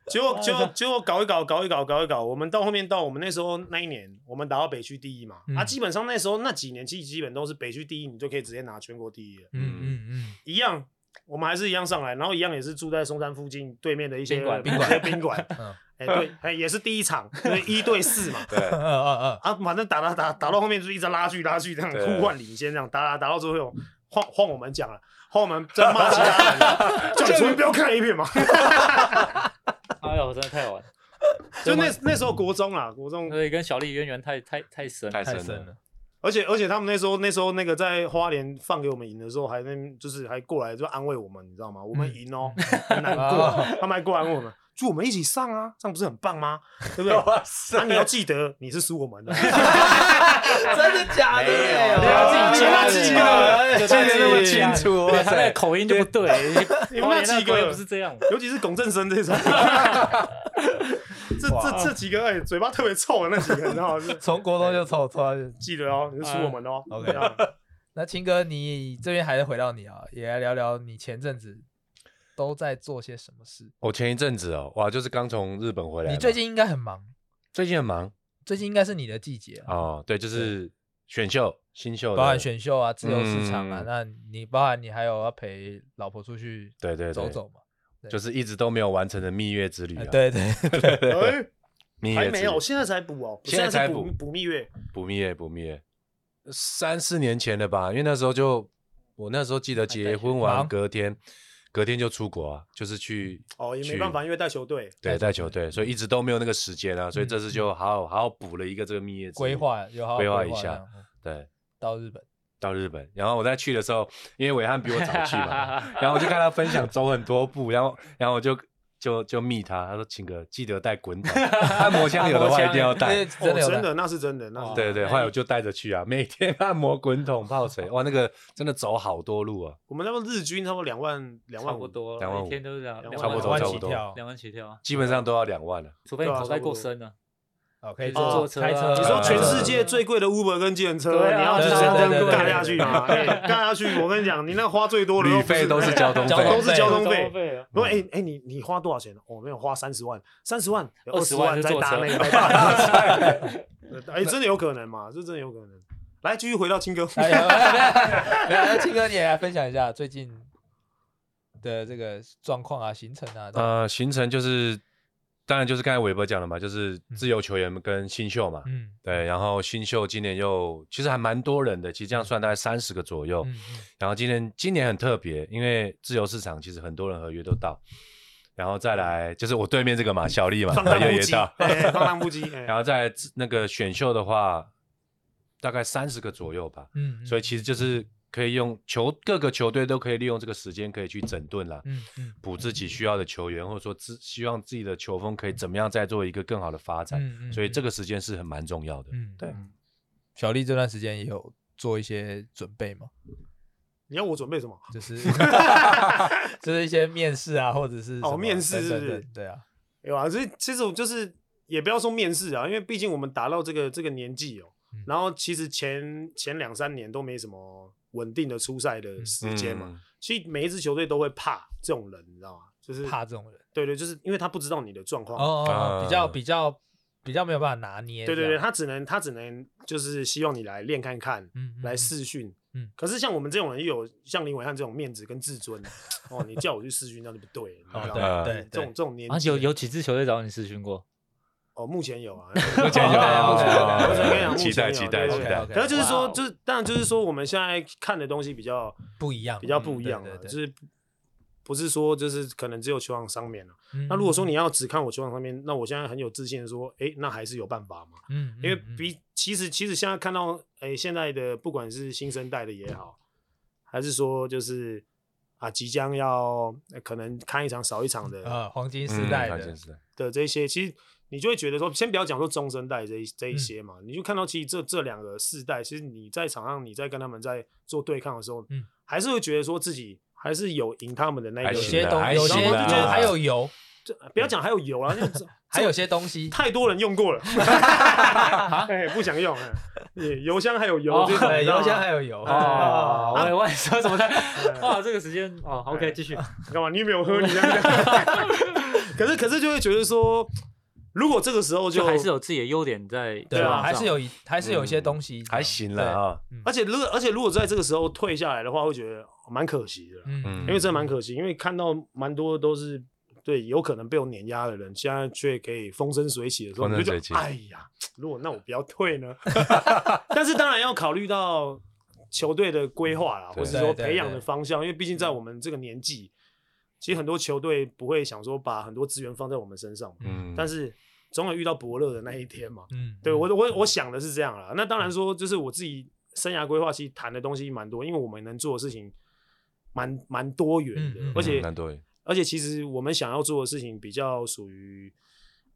Speaker 1: 结果结果结果搞一搞搞一搞搞一搞，我们到后面到我们那时候那一年，我们打到北区第一嘛，
Speaker 2: 嗯
Speaker 1: 啊，基本上那时候那几年其实基本都是北区第一，你就可以直接拿全国第一了，
Speaker 2: 嗯嗯嗯，
Speaker 1: 一样。我们还是一样上来，然后一样也是住在松山附近对面的一些
Speaker 5: 宾馆
Speaker 1: 一些宾馆
Speaker 2: 嗯。
Speaker 1: 哎、对，哎、也是第一场，就是一对四嘛。
Speaker 4: 对，
Speaker 2: 嗯嗯嗯，
Speaker 1: 啊，反正打打打打到后面就一直拉锯拉锯，这样
Speaker 4: 对
Speaker 1: 互换领先，这样打打打到最后，换换我们讲了，换我们在骂其他人，啊叫你昨天不要看 A 片嘛。
Speaker 5: 哎呦，真的太好玩了！
Speaker 1: 就那那时候国中啊，国中
Speaker 5: 所以跟小丽渊源太太太深了。
Speaker 4: 太
Speaker 2: 太
Speaker 4: 深
Speaker 2: 深
Speaker 4: 了。
Speaker 2: 了，
Speaker 1: 而且而且他们那时候那时候那个在花莲放给我们赢的时候，还那就是还过来就安慰我们，你知道吗？我们赢哦，很难过，他们还过来问我们，就我们一起上啊，这样不是很棒吗？对不对？
Speaker 4: 哇
Speaker 1: 那
Speaker 4: 塞
Speaker 1: 你要记得你是输我们的，
Speaker 2: 真的假的？
Speaker 1: 你要自己加自己
Speaker 4: 的
Speaker 5: 就
Speaker 4: 记
Speaker 5: 他
Speaker 4: 得
Speaker 5: 自己
Speaker 4: 那么清
Speaker 5: 加
Speaker 4: 楚，哇
Speaker 5: 对他那
Speaker 4: 塞
Speaker 5: 个！口音就不对，
Speaker 1: 你
Speaker 5: 花
Speaker 1: 们那
Speaker 5: 莲那
Speaker 1: 几
Speaker 5: 个口音
Speaker 1: 个
Speaker 5: 不是这样。
Speaker 1: 尤其是龚正生这种，这这这几个哎，嘴巴特别臭的那几个，你知道吗？是
Speaker 2: 从国中就凑凑到现在。
Speaker 1: 记得哦，你是输我们的哦。
Speaker 2: 嗯
Speaker 1: 这样
Speaker 2: 那青哥，你这边还是回到你啊，也来聊聊你前阵子都在做些什么事。
Speaker 4: 我前一阵子哦，哇，就是刚从日本回来嘛。
Speaker 2: 你最近应该很忙，
Speaker 4: 最近很忙
Speaker 2: 最近应该是你的季节啊，
Speaker 4: 哦，对，就是选秀新秀的，
Speaker 2: 包含选秀啊、自由市场啊。
Speaker 4: 嗯
Speaker 2: 那你包含你还有要陪老婆出去
Speaker 4: 对对对
Speaker 2: 走走嘛？
Speaker 4: 就是一直都没有完成的蜜月之旅啊
Speaker 2: 哎。对对对，
Speaker 1: 哎，
Speaker 4: 蜜月
Speaker 1: 还
Speaker 4: 之
Speaker 1: 没
Speaker 4: 旅
Speaker 1: 有，现在才补哦，
Speaker 4: 现在才
Speaker 1: 补
Speaker 4: 补
Speaker 1: 补蜜月，
Speaker 4: 不蜜月不蜜月，三四年前了吧？因为那时候就我那时候记得结婚完
Speaker 2: 忙
Speaker 4: 隔天，隔天就出国啊，就是去
Speaker 1: 哦，也没
Speaker 4: 去
Speaker 1: 办法，因为带球队。
Speaker 4: 对带球队，所以一直都没有那个时间啊，所以这次就好好好好补了一个这个蜜月之
Speaker 2: 嗯
Speaker 4: 旅
Speaker 2: 规，划有好好
Speaker 4: 规划
Speaker 2: 划
Speaker 4: 一下
Speaker 2: 这样嗯
Speaker 4: 对。
Speaker 2: 到日本。
Speaker 4: 到日本，然后我在去的时候，因为伟汉比我早去嘛， 然后我就看他分享走很多步，然后然后我就就就密他，他说请哥记得带滚筒， 按摩枪有的话一定要带，
Speaker 2: 对真的有
Speaker 1: 哦、真
Speaker 2: 带
Speaker 1: 的那是真的，那是真的
Speaker 4: 对对，后来我就带着去啊，每天按摩、滚筒、泡水，哇，那个真的走好多路啊，
Speaker 1: 我们那么日均差不多两万两
Speaker 5: 差
Speaker 1: 万
Speaker 5: 不
Speaker 1: 五，
Speaker 5: 多，
Speaker 4: 两万五
Speaker 5: 一天都是这样，
Speaker 1: 差
Speaker 5: 两
Speaker 1: 不
Speaker 5: 万
Speaker 4: 差不
Speaker 2: 两
Speaker 4: 多
Speaker 2: 万
Speaker 4: 差
Speaker 2: 起
Speaker 4: 不多，
Speaker 2: 跳
Speaker 5: 两万起跳啊，
Speaker 4: 基本上都要两万了。
Speaker 5: 除非你
Speaker 1: 对啊
Speaker 5: 口袋
Speaker 1: 差不多
Speaker 5: 够深了。
Speaker 2: 哦，可以
Speaker 5: 就是
Speaker 2: 坐
Speaker 5: 坐车啊
Speaker 2: 开车啊。
Speaker 1: 你说全世界最贵的 Uber 跟计程车，
Speaker 5: 对啊
Speaker 1: 你要就是这
Speaker 2: 对对对
Speaker 1: 样
Speaker 2: 对
Speaker 1: 干下去嘛？哎干下去，我跟你讲，你那花最多的
Speaker 4: 旅费
Speaker 1: 不
Speaker 4: 都是交通
Speaker 2: 交
Speaker 4: 费，
Speaker 2: 通
Speaker 1: 都是交通费。
Speaker 5: 费啊，
Speaker 1: 不过，哎哎，你你花多少钱？我没有花三十万，三十万有
Speaker 5: 20
Speaker 1: 万
Speaker 5: 万
Speaker 1: 再
Speaker 5: 就坐
Speaker 1: 搭
Speaker 5: 车
Speaker 1: 那个再搭那个，哎，真的有可能嘛？这真的有可能。来，继续回到青哥，
Speaker 2: 哎呀，没有没有没有，青哥你也来分享一下最近的这个状况啊、行程啊。
Speaker 4: 呃，行程就是，当然就是刚才韦伯讲的嘛，就是自由球员跟新秀嘛，
Speaker 2: 嗯
Speaker 4: 对，然后新秀今年又其实还蛮多人的，其实这样算大概三十个左右。
Speaker 2: 嗯
Speaker 4: 然后今年今年很特别，因为自由市场其实很多人合约都到，然后再来就是我对面这个嘛，小丽嘛，
Speaker 1: 放
Speaker 4: 合
Speaker 1: 荡
Speaker 4: 约
Speaker 1: 不
Speaker 4: 也
Speaker 1: 羁
Speaker 4: 到，，
Speaker 1: 哎放荡不羁。 哎
Speaker 4: 然后再来那个选秀的话，大概三十个左右吧。
Speaker 2: 嗯
Speaker 4: 所以其实就是可以用球各个球队都可以利用这个时间可以去整顿啦，
Speaker 2: 嗯嗯
Speaker 4: 补自己需要的球员，或者说自希望自己的球风可以怎么样再做一个更好的发展。
Speaker 2: 嗯嗯
Speaker 4: 所以这
Speaker 2: 个
Speaker 4: 个时间是很蛮重要的。
Speaker 2: 嗯
Speaker 4: 对
Speaker 2: 小丽这段时间也有做一些准备吗？
Speaker 1: 你要我准备什么？
Speaker 2: 就是 就是一些面试啊，或者是什
Speaker 1: 哦
Speaker 2: 么
Speaker 1: 面试
Speaker 2: 等等
Speaker 1: 是不是
Speaker 2: 等对啊，
Speaker 1: 有啊，所以其实我就是也不要说面试啊，因为毕竟我们达到这个这个年纪哦，
Speaker 2: 嗯
Speaker 1: 然后其实前前两三年都没什么稳定的出赛的时间嘛，
Speaker 4: 嗯
Speaker 1: 其实每一支球队都会怕这种人，你知道吗？就是
Speaker 2: 怕这种人。
Speaker 1: 对对，就是因为他不知道你的状况。
Speaker 2: 哦，哦
Speaker 4: 啊
Speaker 2: 比较比较比较没有办法拿捏。
Speaker 1: 对对
Speaker 2: 这
Speaker 1: 对，
Speaker 2: 样，
Speaker 1: 他只能他只能就是希望你来练看看，
Speaker 2: 嗯，嗯
Speaker 1: 来
Speaker 2: 嗯
Speaker 1: 试训。
Speaker 2: 嗯
Speaker 1: 可是像我们这种人，又有像林伟汉这种面子跟自尊，哦，你叫我去试训，那就不对了，你知道吗
Speaker 2: 哦，对
Speaker 4: 啊
Speaker 2: 对
Speaker 1: 这种
Speaker 2: 对，
Speaker 1: 这种年
Speaker 5: 啊，
Speaker 1: 纪
Speaker 5: 有
Speaker 1: 的
Speaker 5: 有几支球队找你试训过？
Speaker 1: 哦，目前 有啊，
Speaker 4: 目前有
Speaker 2: 哦
Speaker 4: 目前有
Speaker 2: 哦
Speaker 1: 我只能跟你讲目前有
Speaker 4: 期待期待
Speaker 1: 对
Speaker 4: 期
Speaker 1: 对
Speaker 4: 待
Speaker 2: OK，OK，
Speaker 1: 然后就是
Speaker 5: 哇
Speaker 1: 说，
Speaker 5: 哦
Speaker 1: 就是当然就是说，我们现在看的东西比较
Speaker 2: 不一样，
Speaker 1: 比较不一样
Speaker 2: 嗯对
Speaker 1: 了，
Speaker 2: 对
Speaker 1: 就
Speaker 2: 对
Speaker 1: 是不是说就是可能只有球场上面了。
Speaker 2: 嗯
Speaker 1: 那如果说你要只看我球场上面，那我现在很有自信的说，哎，那还是有办法嘛。
Speaker 2: 嗯，嗯
Speaker 1: 因为
Speaker 2: 嗯
Speaker 1: 比其实其实现在看到，哎、现在的不管是新生代的也好，还是说就是啊，即将要、呃可能看一场少一场的、
Speaker 2: 呃黄金时代
Speaker 4: 嗯
Speaker 2: 的，
Speaker 4: 时代
Speaker 1: 的这些，其实你就会觉得说，先不要讲说中生代这一这一些嘛，你就看到其实这这两个世代，其实你在场上你在跟他们在做对抗的时候，
Speaker 2: 嗯
Speaker 1: 还是会觉得说自己还是有赢他们的那
Speaker 4: 还
Speaker 1: 个，
Speaker 2: 有
Speaker 4: 行
Speaker 2: 些
Speaker 4: 啦
Speaker 2: 东
Speaker 4: 还
Speaker 2: 有
Speaker 4: 行
Speaker 2: 些
Speaker 4: 啦
Speaker 2: 有还有油，
Speaker 1: 这不要讲还有油啊，就这
Speaker 2: 还有些东西，
Speaker 1: 太多人用过了，哎，不想用，哎也邮箱还有油
Speaker 5: 哦
Speaker 1: 这种，
Speaker 2: 对，
Speaker 1: 你知道
Speaker 2: 油
Speaker 1: 吗
Speaker 2: 箱还有油
Speaker 5: 哦，
Speaker 1: 啊
Speaker 5: 我也我也说什么的，哇，这个时间哦
Speaker 1: 哎
Speaker 5: ，OK，继续，
Speaker 1: 干 嘛？你有没有喝？你这样讲可是可是就会觉得说，如果这个时候就
Speaker 5: 就还是，有自己的优点在，
Speaker 2: 对
Speaker 1: 啊
Speaker 2: 吧？还是，有一还是有一些东西
Speaker 4: 嗯还行
Speaker 2: 对
Speaker 4: 了啊，
Speaker 1: 而且如果而且如果在这个时候退下来的话，会觉得哦蛮可惜的啦，
Speaker 2: 嗯
Speaker 4: 嗯，
Speaker 1: 因为真的蛮可惜，因为看到蛮多都是对有可能被我碾压的人，现在却可以风生水起的时候，
Speaker 4: 风
Speaker 1: 你
Speaker 4: 生
Speaker 1: 就觉
Speaker 4: 水起
Speaker 1: 得哎呀，如果那我不要退呢？ 但是当然要考虑到球队的规划啦，
Speaker 4: 对
Speaker 1: 或是说
Speaker 2: 对对
Speaker 1: 培养
Speaker 2: 对嗯
Speaker 1: 的方向，因为毕竟在我们这个年纪，其实很多球队不会想说把很多资源放在我们身上嘛。
Speaker 4: 嗯，
Speaker 1: 但是总有遇到伯乐的那一天嘛。
Speaker 2: 嗯，
Speaker 1: 对我我我想的是这样啦。那当然说，就是我自己生涯规划其实谈的东西蛮多，因为我们能做的事情蛮蛮多元的，
Speaker 2: 嗯嗯
Speaker 1: 而且、
Speaker 4: 嗯蛮多的
Speaker 1: 而且其实我们想要做的事情比较属于。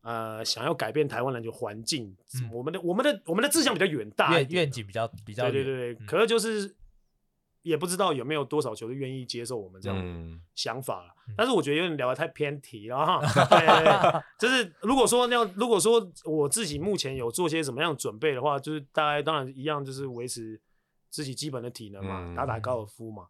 Speaker 1: 呃，想要改变台湾篮球环境，
Speaker 2: 嗯
Speaker 1: 我们的我们的我们的志向比较远大一
Speaker 2: 愿
Speaker 1: 点，
Speaker 2: 愿景比较比较
Speaker 1: 对对
Speaker 2: 远
Speaker 1: 对对。
Speaker 2: 嗯
Speaker 1: 可是就是也不知道有没有多少球队愿意接受我们这样的
Speaker 4: 嗯，
Speaker 1: 想法了
Speaker 2: 嗯，
Speaker 1: 但是我觉得有点聊得太偏题了哈。对对对，就是如果说要，如果说我自己目前有做些什么样的准备的话，就是大概当然一样，就是维持自己基本的体能嘛，
Speaker 4: 嗯
Speaker 1: 打打高尔夫嘛，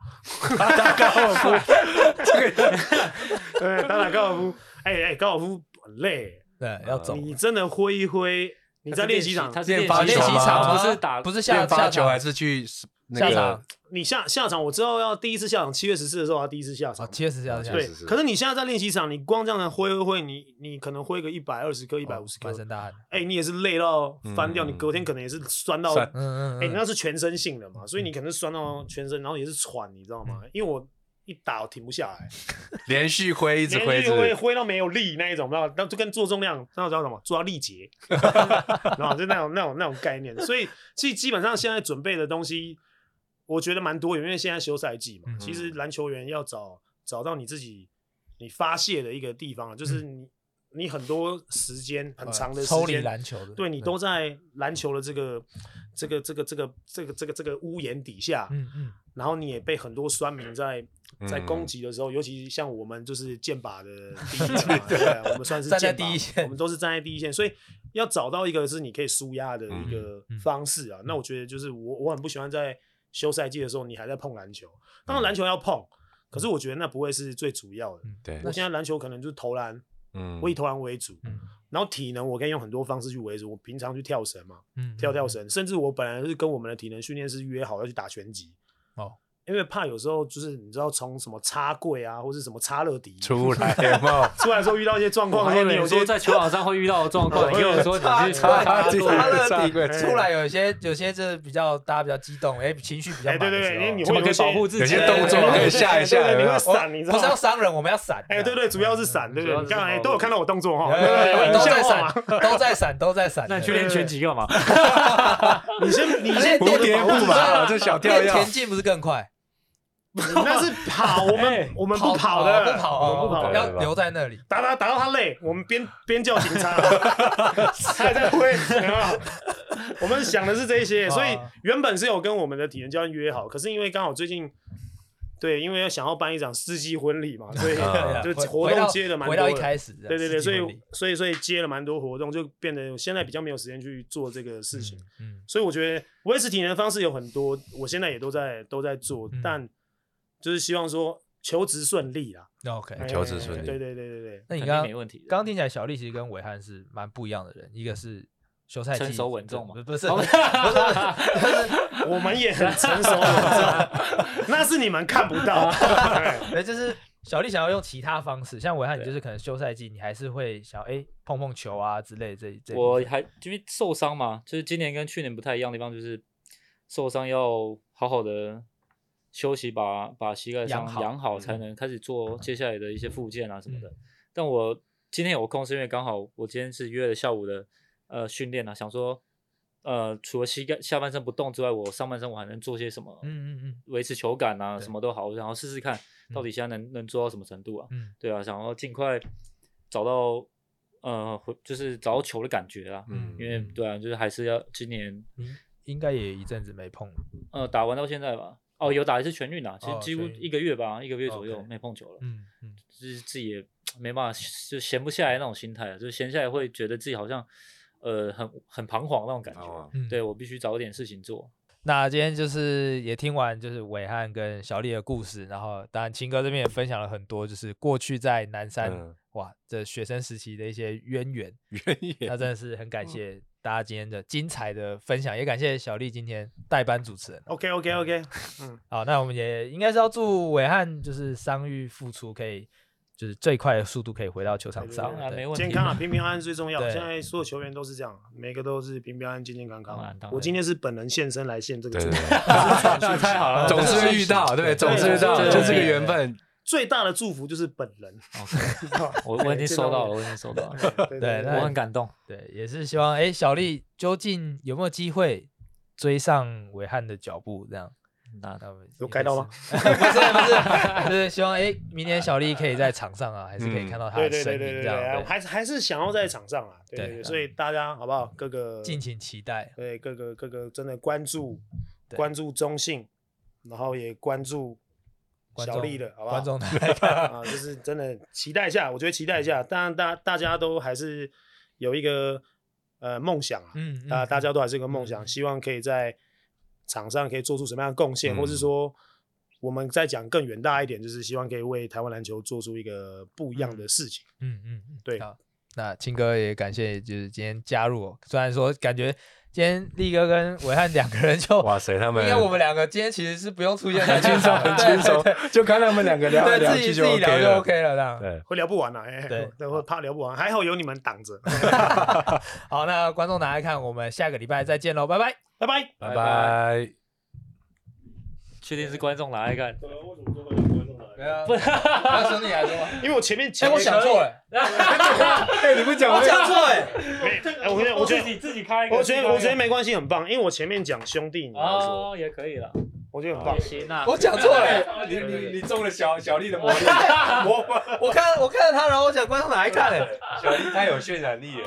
Speaker 2: 打高尔夫，
Speaker 1: 对，打打高尔夫。哎、哎、高尔夫很累，
Speaker 2: 对，要走。
Speaker 4: 嗯
Speaker 1: 你真的挥一挥，你在练习场，
Speaker 5: 他是
Speaker 2: 练
Speaker 5: 练
Speaker 2: 发
Speaker 5: 习啊
Speaker 2: 练习
Speaker 4: 吗
Speaker 2: 场
Speaker 5: 不
Speaker 2: 吗
Speaker 5: 是打，
Speaker 2: 不是下
Speaker 4: 练
Speaker 2: 下
Speaker 4: 发
Speaker 2: 场
Speaker 4: 球还是去那
Speaker 2: 下
Speaker 4: 个
Speaker 2: 场
Speaker 1: 你下下场，我之后要第一次下场，七月十四的时候我要第一次下场
Speaker 2: 啊，。确实要下
Speaker 4: 确
Speaker 1: 对
Speaker 4: 实是，
Speaker 1: 可是你现在在练习场，你光这样挥挥挥，你你可能挥个一百二十颗、一
Speaker 2: 一
Speaker 1: 百五十颗
Speaker 2: 满，身大汗。
Speaker 1: 哎、你也是累到翻掉，
Speaker 4: 哦嗯
Speaker 1: 你隔天可能也是酸到，
Speaker 4: 酸嗯
Speaker 1: 哎、
Speaker 2: 嗯嗯
Speaker 1: 你
Speaker 2: 嗯，
Speaker 1: 那是全身性的嘛，所以你可能酸到全身，然后也是喘，你知道吗？因为我一打我停不下来，
Speaker 4: 连续挥一直挥
Speaker 1: 连
Speaker 4: 一
Speaker 1: 续
Speaker 4: 直
Speaker 1: 挥
Speaker 4: 挥，
Speaker 1: 挥到没有力那一种，那那就跟做重量，那叫什么？做到力竭，然后就那种那种那种概念。所以其实基本上现在准备的东西，我觉得蛮多元，因为现在休赛季嘛，
Speaker 2: 嗯
Speaker 1: 其实篮球员要找找到你自己你发泄的一个地方，啊就是你、你很多时间很长的时间
Speaker 2: 呃抽离篮球的，
Speaker 1: 对你都在篮球的这个、这个、这个、这个、这个、这个、这个屋檐底下，
Speaker 2: 嗯嗯
Speaker 1: 然后你也被很多酸民在在
Speaker 4: 嗯
Speaker 1: 攻击的时候，尤其像我们就是剑靶的第 一线嘛，对，我们算是
Speaker 2: 站
Speaker 1: 剑
Speaker 2: 在
Speaker 1: 靶
Speaker 2: 第一线
Speaker 1: 我们都是站在第一线，所以要找到一个是你可以舒压的一个
Speaker 2: 嗯嗯
Speaker 1: 方式啊。那我觉得就是我我很不喜欢在休赛季的时候你还在碰篮球，当然篮球要碰，可是我觉得那不会是最主要的。
Speaker 2: 嗯，
Speaker 4: 对
Speaker 1: 我现在篮球可能就是投篮，
Speaker 4: 嗯
Speaker 1: 我以投篮为主，
Speaker 2: 嗯
Speaker 1: 然后体能我可以用很多方式去为主，我平常去跳绳嘛，
Speaker 2: 嗯
Speaker 1: 跳跳绳，甚至我本来是跟我们的体能训练师约好要去打拳击
Speaker 2: 哦，
Speaker 1: 因为怕有时候就是你知道从什么插柜啊，或是什么插乐迪
Speaker 4: 出来有没 有？
Speaker 1: 出来的时候遇到一些状
Speaker 5: 我
Speaker 1: 况，
Speaker 5: 还以
Speaker 1: 说你
Speaker 5: 为
Speaker 1: 有
Speaker 5: 你
Speaker 1: 些
Speaker 5: 说在球场上会遇到的状况，你跟我说你去
Speaker 2: 插
Speaker 5: 插 队
Speaker 2: 插乐
Speaker 4: 插
Speaker 2: 底
Speaker 4: 队
Speaker 2: 出来，有些有些就是比较大家比较激动，哎，情绪比较
Speaker 1: 哎对
Speaker 2: 满
Speaker 1: 对
Speaker 2: 的时
Speaker 1: 对，因为
Speaker 2: 候
Speaker 1: 你
Speaker 5: 怎
Speaker 1: 会
Speaker 5: 么可以
Speaker 1: 有些啊
Speaker 5: 保护自己？啊
Speaker 4: 有些动作
Speaker 1: 对对对
Speaker 4: 可以吓一吓
Speaker 1: 对对对你
Speaker 4: 有没
Speaker 1: 会
Speaker 4: 有
Speaker 1: 闪，你知
Speaker 2: 哦不
Speaker 1: 道
Speaker 2: 是要
Speaker 1: 吗？
Speaker 2: 伤人，我们要闪。
Speaker 1: 哎，对对，主要是闪，对不对？
Speaker 5: 主要
Speaker 1: 你
Speaker 5: 是
Speaker 1: 看，哎，
Speaker 5: 防
Speaker 1: 都有
Speaker 5: 护
Speaker 1: 看到我动作哈，
Speaker 2: 有有
Speaker 1: 对对对
Speaker 2: 有有
Speaker 1: 有
Speaker 2: 哎都
Speaker 1: 印象
Speaker 2: 在
Speaker 1: 吗？
Speaker 2: 闪，都在闪，都在闪。
Speaker 5: 那你去练拳击干嘛？
Speaker 1: 你先，你先
Speaker 4: 蝴蝶
Speaker 1: 保护
Speaker 4: 步
Speaker 1: 自己啊
Speaker 4: 嘛，这小跳
Speaker 2: 练
Speaker 4: 跃
Speaker 2: 田径不是更快？
Speaker 1: 你那是跑，我们我们不跑的，
Speaker 2: 不跑，
Speaker 1: 我们不跑的，
Speaker 2: 要留在那里。
Speaker 1: 打打打到他累，我们边边叫警 察，他还在挥，有没有我们
Speaker 4: 啊
Speaker 1: 想的是这些，所以原本是有跟我们的体能教练约好，可是因为刚好最近。对，因为要想要办一场世纪婚礼 嘛，所以
Speaker 4: 啊
Speaker 1: 就
Speaker 2: 哎回
Speaker 1: 活
Speaker 2: 回
Speaker 1: 动
Speaker 2: 到
Speaker 1: 接的蛮多
Speaker 2: 回
Speaker 1: 的。
Speaker 2: 到一开始这样，
Speaker 1: 对对对，
Speaker 2: 实
Speaker 1: 所
Speaker 2: 体
Speaker 1: 以
Speaker 2: 婚礼
Speaker 1: 所以所以接了蛮多活动，就变得我现在比较没有时间去做这个事情。
Speaker 2: 嗯，
Speaker 1: 所以我觉得维持体能的方式有很多，我现在也都在都在做，
Speaker 2: 嗯
Speaker 1: 但就是希望说求职顺利啦，
Speaker 2: 那嗯 OK。
Speaker 1: 哎
Speaker 4: 求职顺利
Speaker 1: 对对对对对，
Speaker 2: 那你
Speaker 5: 肯定
Speaker 2: 刚刚
Speaker 5: 没问题的
Speaker 2: 刚刚听起来，小丽其实跟伟汉是蛮不一样的人，一个是修菜
Speaker 5: 成
Speaker 2: 技
Speaker 5: 熟稳重嘛
Speaker 2: 不不是
Speaker 5: 哦
Speaker 2: 不是， 不是
Speaker 1: 我们也很成熟，我知道那是你们看不 到。对
Speaker 2: 对，就是小丽想要用其他方式，像伟汉，
Speaker 5: 啊
Speaker 2: 你就是可能休赛季，你还是会想哎、诶碰碰球啊之类这这。
Speaker 5: 我还因为受伤嘛，就是今年跟去年不太一样的地方，就是受伤要好好的休息把，把膝盖
Speaker 2: 养
Speaker 5: 伤
Speaker 2: 好嗯
Speaker 5: 养好，才能开始做接下来的一些复健啊什么的。但我今天有空，是因为刚好我今天是约了下午的呃训练啊，想说呃除了膝盖下半身不动之外，我上半身我还能做些什么？
Speaker 2: 嗯嗯嗯
Speaker 5: 维持球感啊，
Speaker 2: 对
Speaker 5: 什么都好，然后试试看到底现在能、能做到什么程度啊？
Speaker 2: 嗯
Speaker 5: 对啊，想要尽快找到呃，回就是找到球的感觉啊。
Speaker 4: 嗯
Speaker 5: 因为对啊，就是还是要今年
Speaker 2: 嗯，应该也一阵子没碰了。
Speaker 5: 呃打完到现在吧。哦，有打一次全运啊，其
Speaker 2: 哦
Speaker 5: 实几乎
Speaker 2: 全运
Speaker 5: 一个月吧，一个月左右
Speaker 2: OK
Speaker 5: 没碰球了，
Speaker 2: 嗯嗯，
Speaker 5: 就是自己也没办法，就闲不下来那种心态啊，就是闲下来会觉得自己好像呃很很彷徨那种感
Speaker 4: 好
Speaker 5: 觉。
Speaker 4: 啊
Speaker 2: 嗯
Speaker 5: 对我必须找点事情做，
Speaker 2: 那今天就是也听完就是伟汉跟小丽的故事，然后当然秦哥这边也分享了很多，就是过去在南山、
Speaker 4: 嗯
Speaker 2: 哇这学生时期的一些 渊源。嗯
Speaker 4: 原野
Speaker 2: 那真的是很感谢大家今天的精彩的分享，也感谢小丽今天代班主持人。
Speaker 1: OK OK OK，
Speaker 2: 好，那我们也应该是要祝伟汉就是伤愈复出，可以就是最快的速度可以回到球场上
Speaker 5: 当。然
Speaker 2: 对
Speaker 5: 没问题。
Speaker 1: 健康啊，平平安安最重要。
Speaker 2: 对
Speaker 1: 现在所有球员都是这样，啊每个都是平平安安、健健康
Speaker 5: 当
Speaker 1: 康
Speaker 5: 啊然当。然
Speaker 1: 我今天是本人现身来献这个
Speaker 4: 对
Speaker 1: 祝
Speaker 4: 对
Speaker 1: 福，
Speaker 4: 对，
Speaker 5: 太好 了，
Speaker 4: 总是会遇到，对，总是遇到，
Speaker 5: 对
Speaker 4: 就是个缘分。
Speaker 1: 最大的祝福就是本人。 哦
Speaker 5: 我我已经收到了，我已经收到了，
Speaker 1: 对
Speaker 2: 对那
Speaker 5: 我很感动。
Speaker 2: 对，也是希望哎，小丽究竟有没有机会追上伟汉的脚步？这样，
Speaker 5: 那
Speaker 2: 那我们
Speaker 1: 有改到吗
Speaker 2: 应该是？ 不是不是，就是希望哎，明年小丽可以在场上啊，还是
Speaker 4: 嗯
Speaker 2: 可以看到她
Speaker 1: 对
Speaker 2: 的
Speaker 1: 对
Speaker 2: 身
Speaker 1: 对
Speaker 2: 影
Speaker 1: 对对
Speaker 2: 这
Speaker 1: 对啊，
Speaker 2: 样。对
Speaker 1: 还是还是想要在场上啊，对对
Speaker 2: 对
Speaker 1: 对，所
Speaker 5: 嗯
Speaker 1: 以大家好不好？各个
Speaker 2: 敬请期待。
Speaker 1: 对各个各个真的关注
Speaker 2: 嗯对
Speaker 1: 关注中信，然后也关注
Speaker 2: 观
Speaker 1: 小
Speaker 2: 众
Speaker 1: 丽的好不好？
Speaker 2: 观众来看，
Speaker 1: 啊，就是真的期待一下，我觉得期待一下。当然，大大家都还是有一个呃梦想啊，
Speaker 2: 嗯嗯
Speaker 1: 啊、大家
Speaker 2: 嗯
Speaker 1: 都还是有个梦想，希望可以在场上可以做出什么样的贡献，
Speaker 4: 嗯
Speaker 1: 或是说我们再讲更远大一点，就是希望可以为台湾篮球做出一个不一样的事情。
Speaker 2: 嗯嗯，嗯
Speaker 1: 对
Speaker 2: 好，那青哥也感谢，就是今天加入我，虽然说感觉今天力哥跟伟汉两个人就，
Speaker 4: 哇塞，他
Speaker 2: 应
Speaker 4: 们
Speaker 2: 该我们两个今天其实是不用出现的，
Speaker 4: 很轻松，很轻松
Speaker 2: 对，
Speaker 4: 就看他们两个聊
Speaker 2: 对
Speaker 4: 来
Speaker 2: 对
Speaker 4: 聊
Speaker 2: 自己
Speaker 4: 去
Speaker 2: 自己聊
Speaker 4: OK
Speaker 2: 就
Speaker 4: 了。
Speaker 2: OK 了，这样。
Speaker 4: 对，
Speaker 1: 会聊不完啊，哎、
Speaker 2: 对
Speaker 1: 对，会怕聊不完，还好有你们挡着，
Speaker 2: 好，那观众拿来看，我们下个礼拜再见喽，拜拜。
Speaker 1: 拜拜。
Speaker 4: 拜拜。
Speaker 5: 确定是观众拿来看，
Speaker 2: 不，兄弟来说吧。
Speaker 1: 因为我前面前
Speaker 2: 啊
Speaker 1: 面
Speaker 2: 哎，我想错了，
Speaker 4: 哎，你不 讲
Speaker 2: 我想错哎，
Speaker 1: 哎我觉得我觉得
Speaker 5: 自己开
Speaker 1: 我觉得我觉得没关系，很棒，因为我前面讲兄弟，你来说，
Speaker 5: 哦，也可以了，
Speaker 1: 我觉得很棒
Speaker 5: 也。行啊。
Speaker 2: 我讲错 了。哎
Speaker 4: 你你你中了小小丽的魔力，
Speaker 2: 我看我看着他，然后我想观众拿来看哎。
Speaker 4: 小丽太有渲染力了。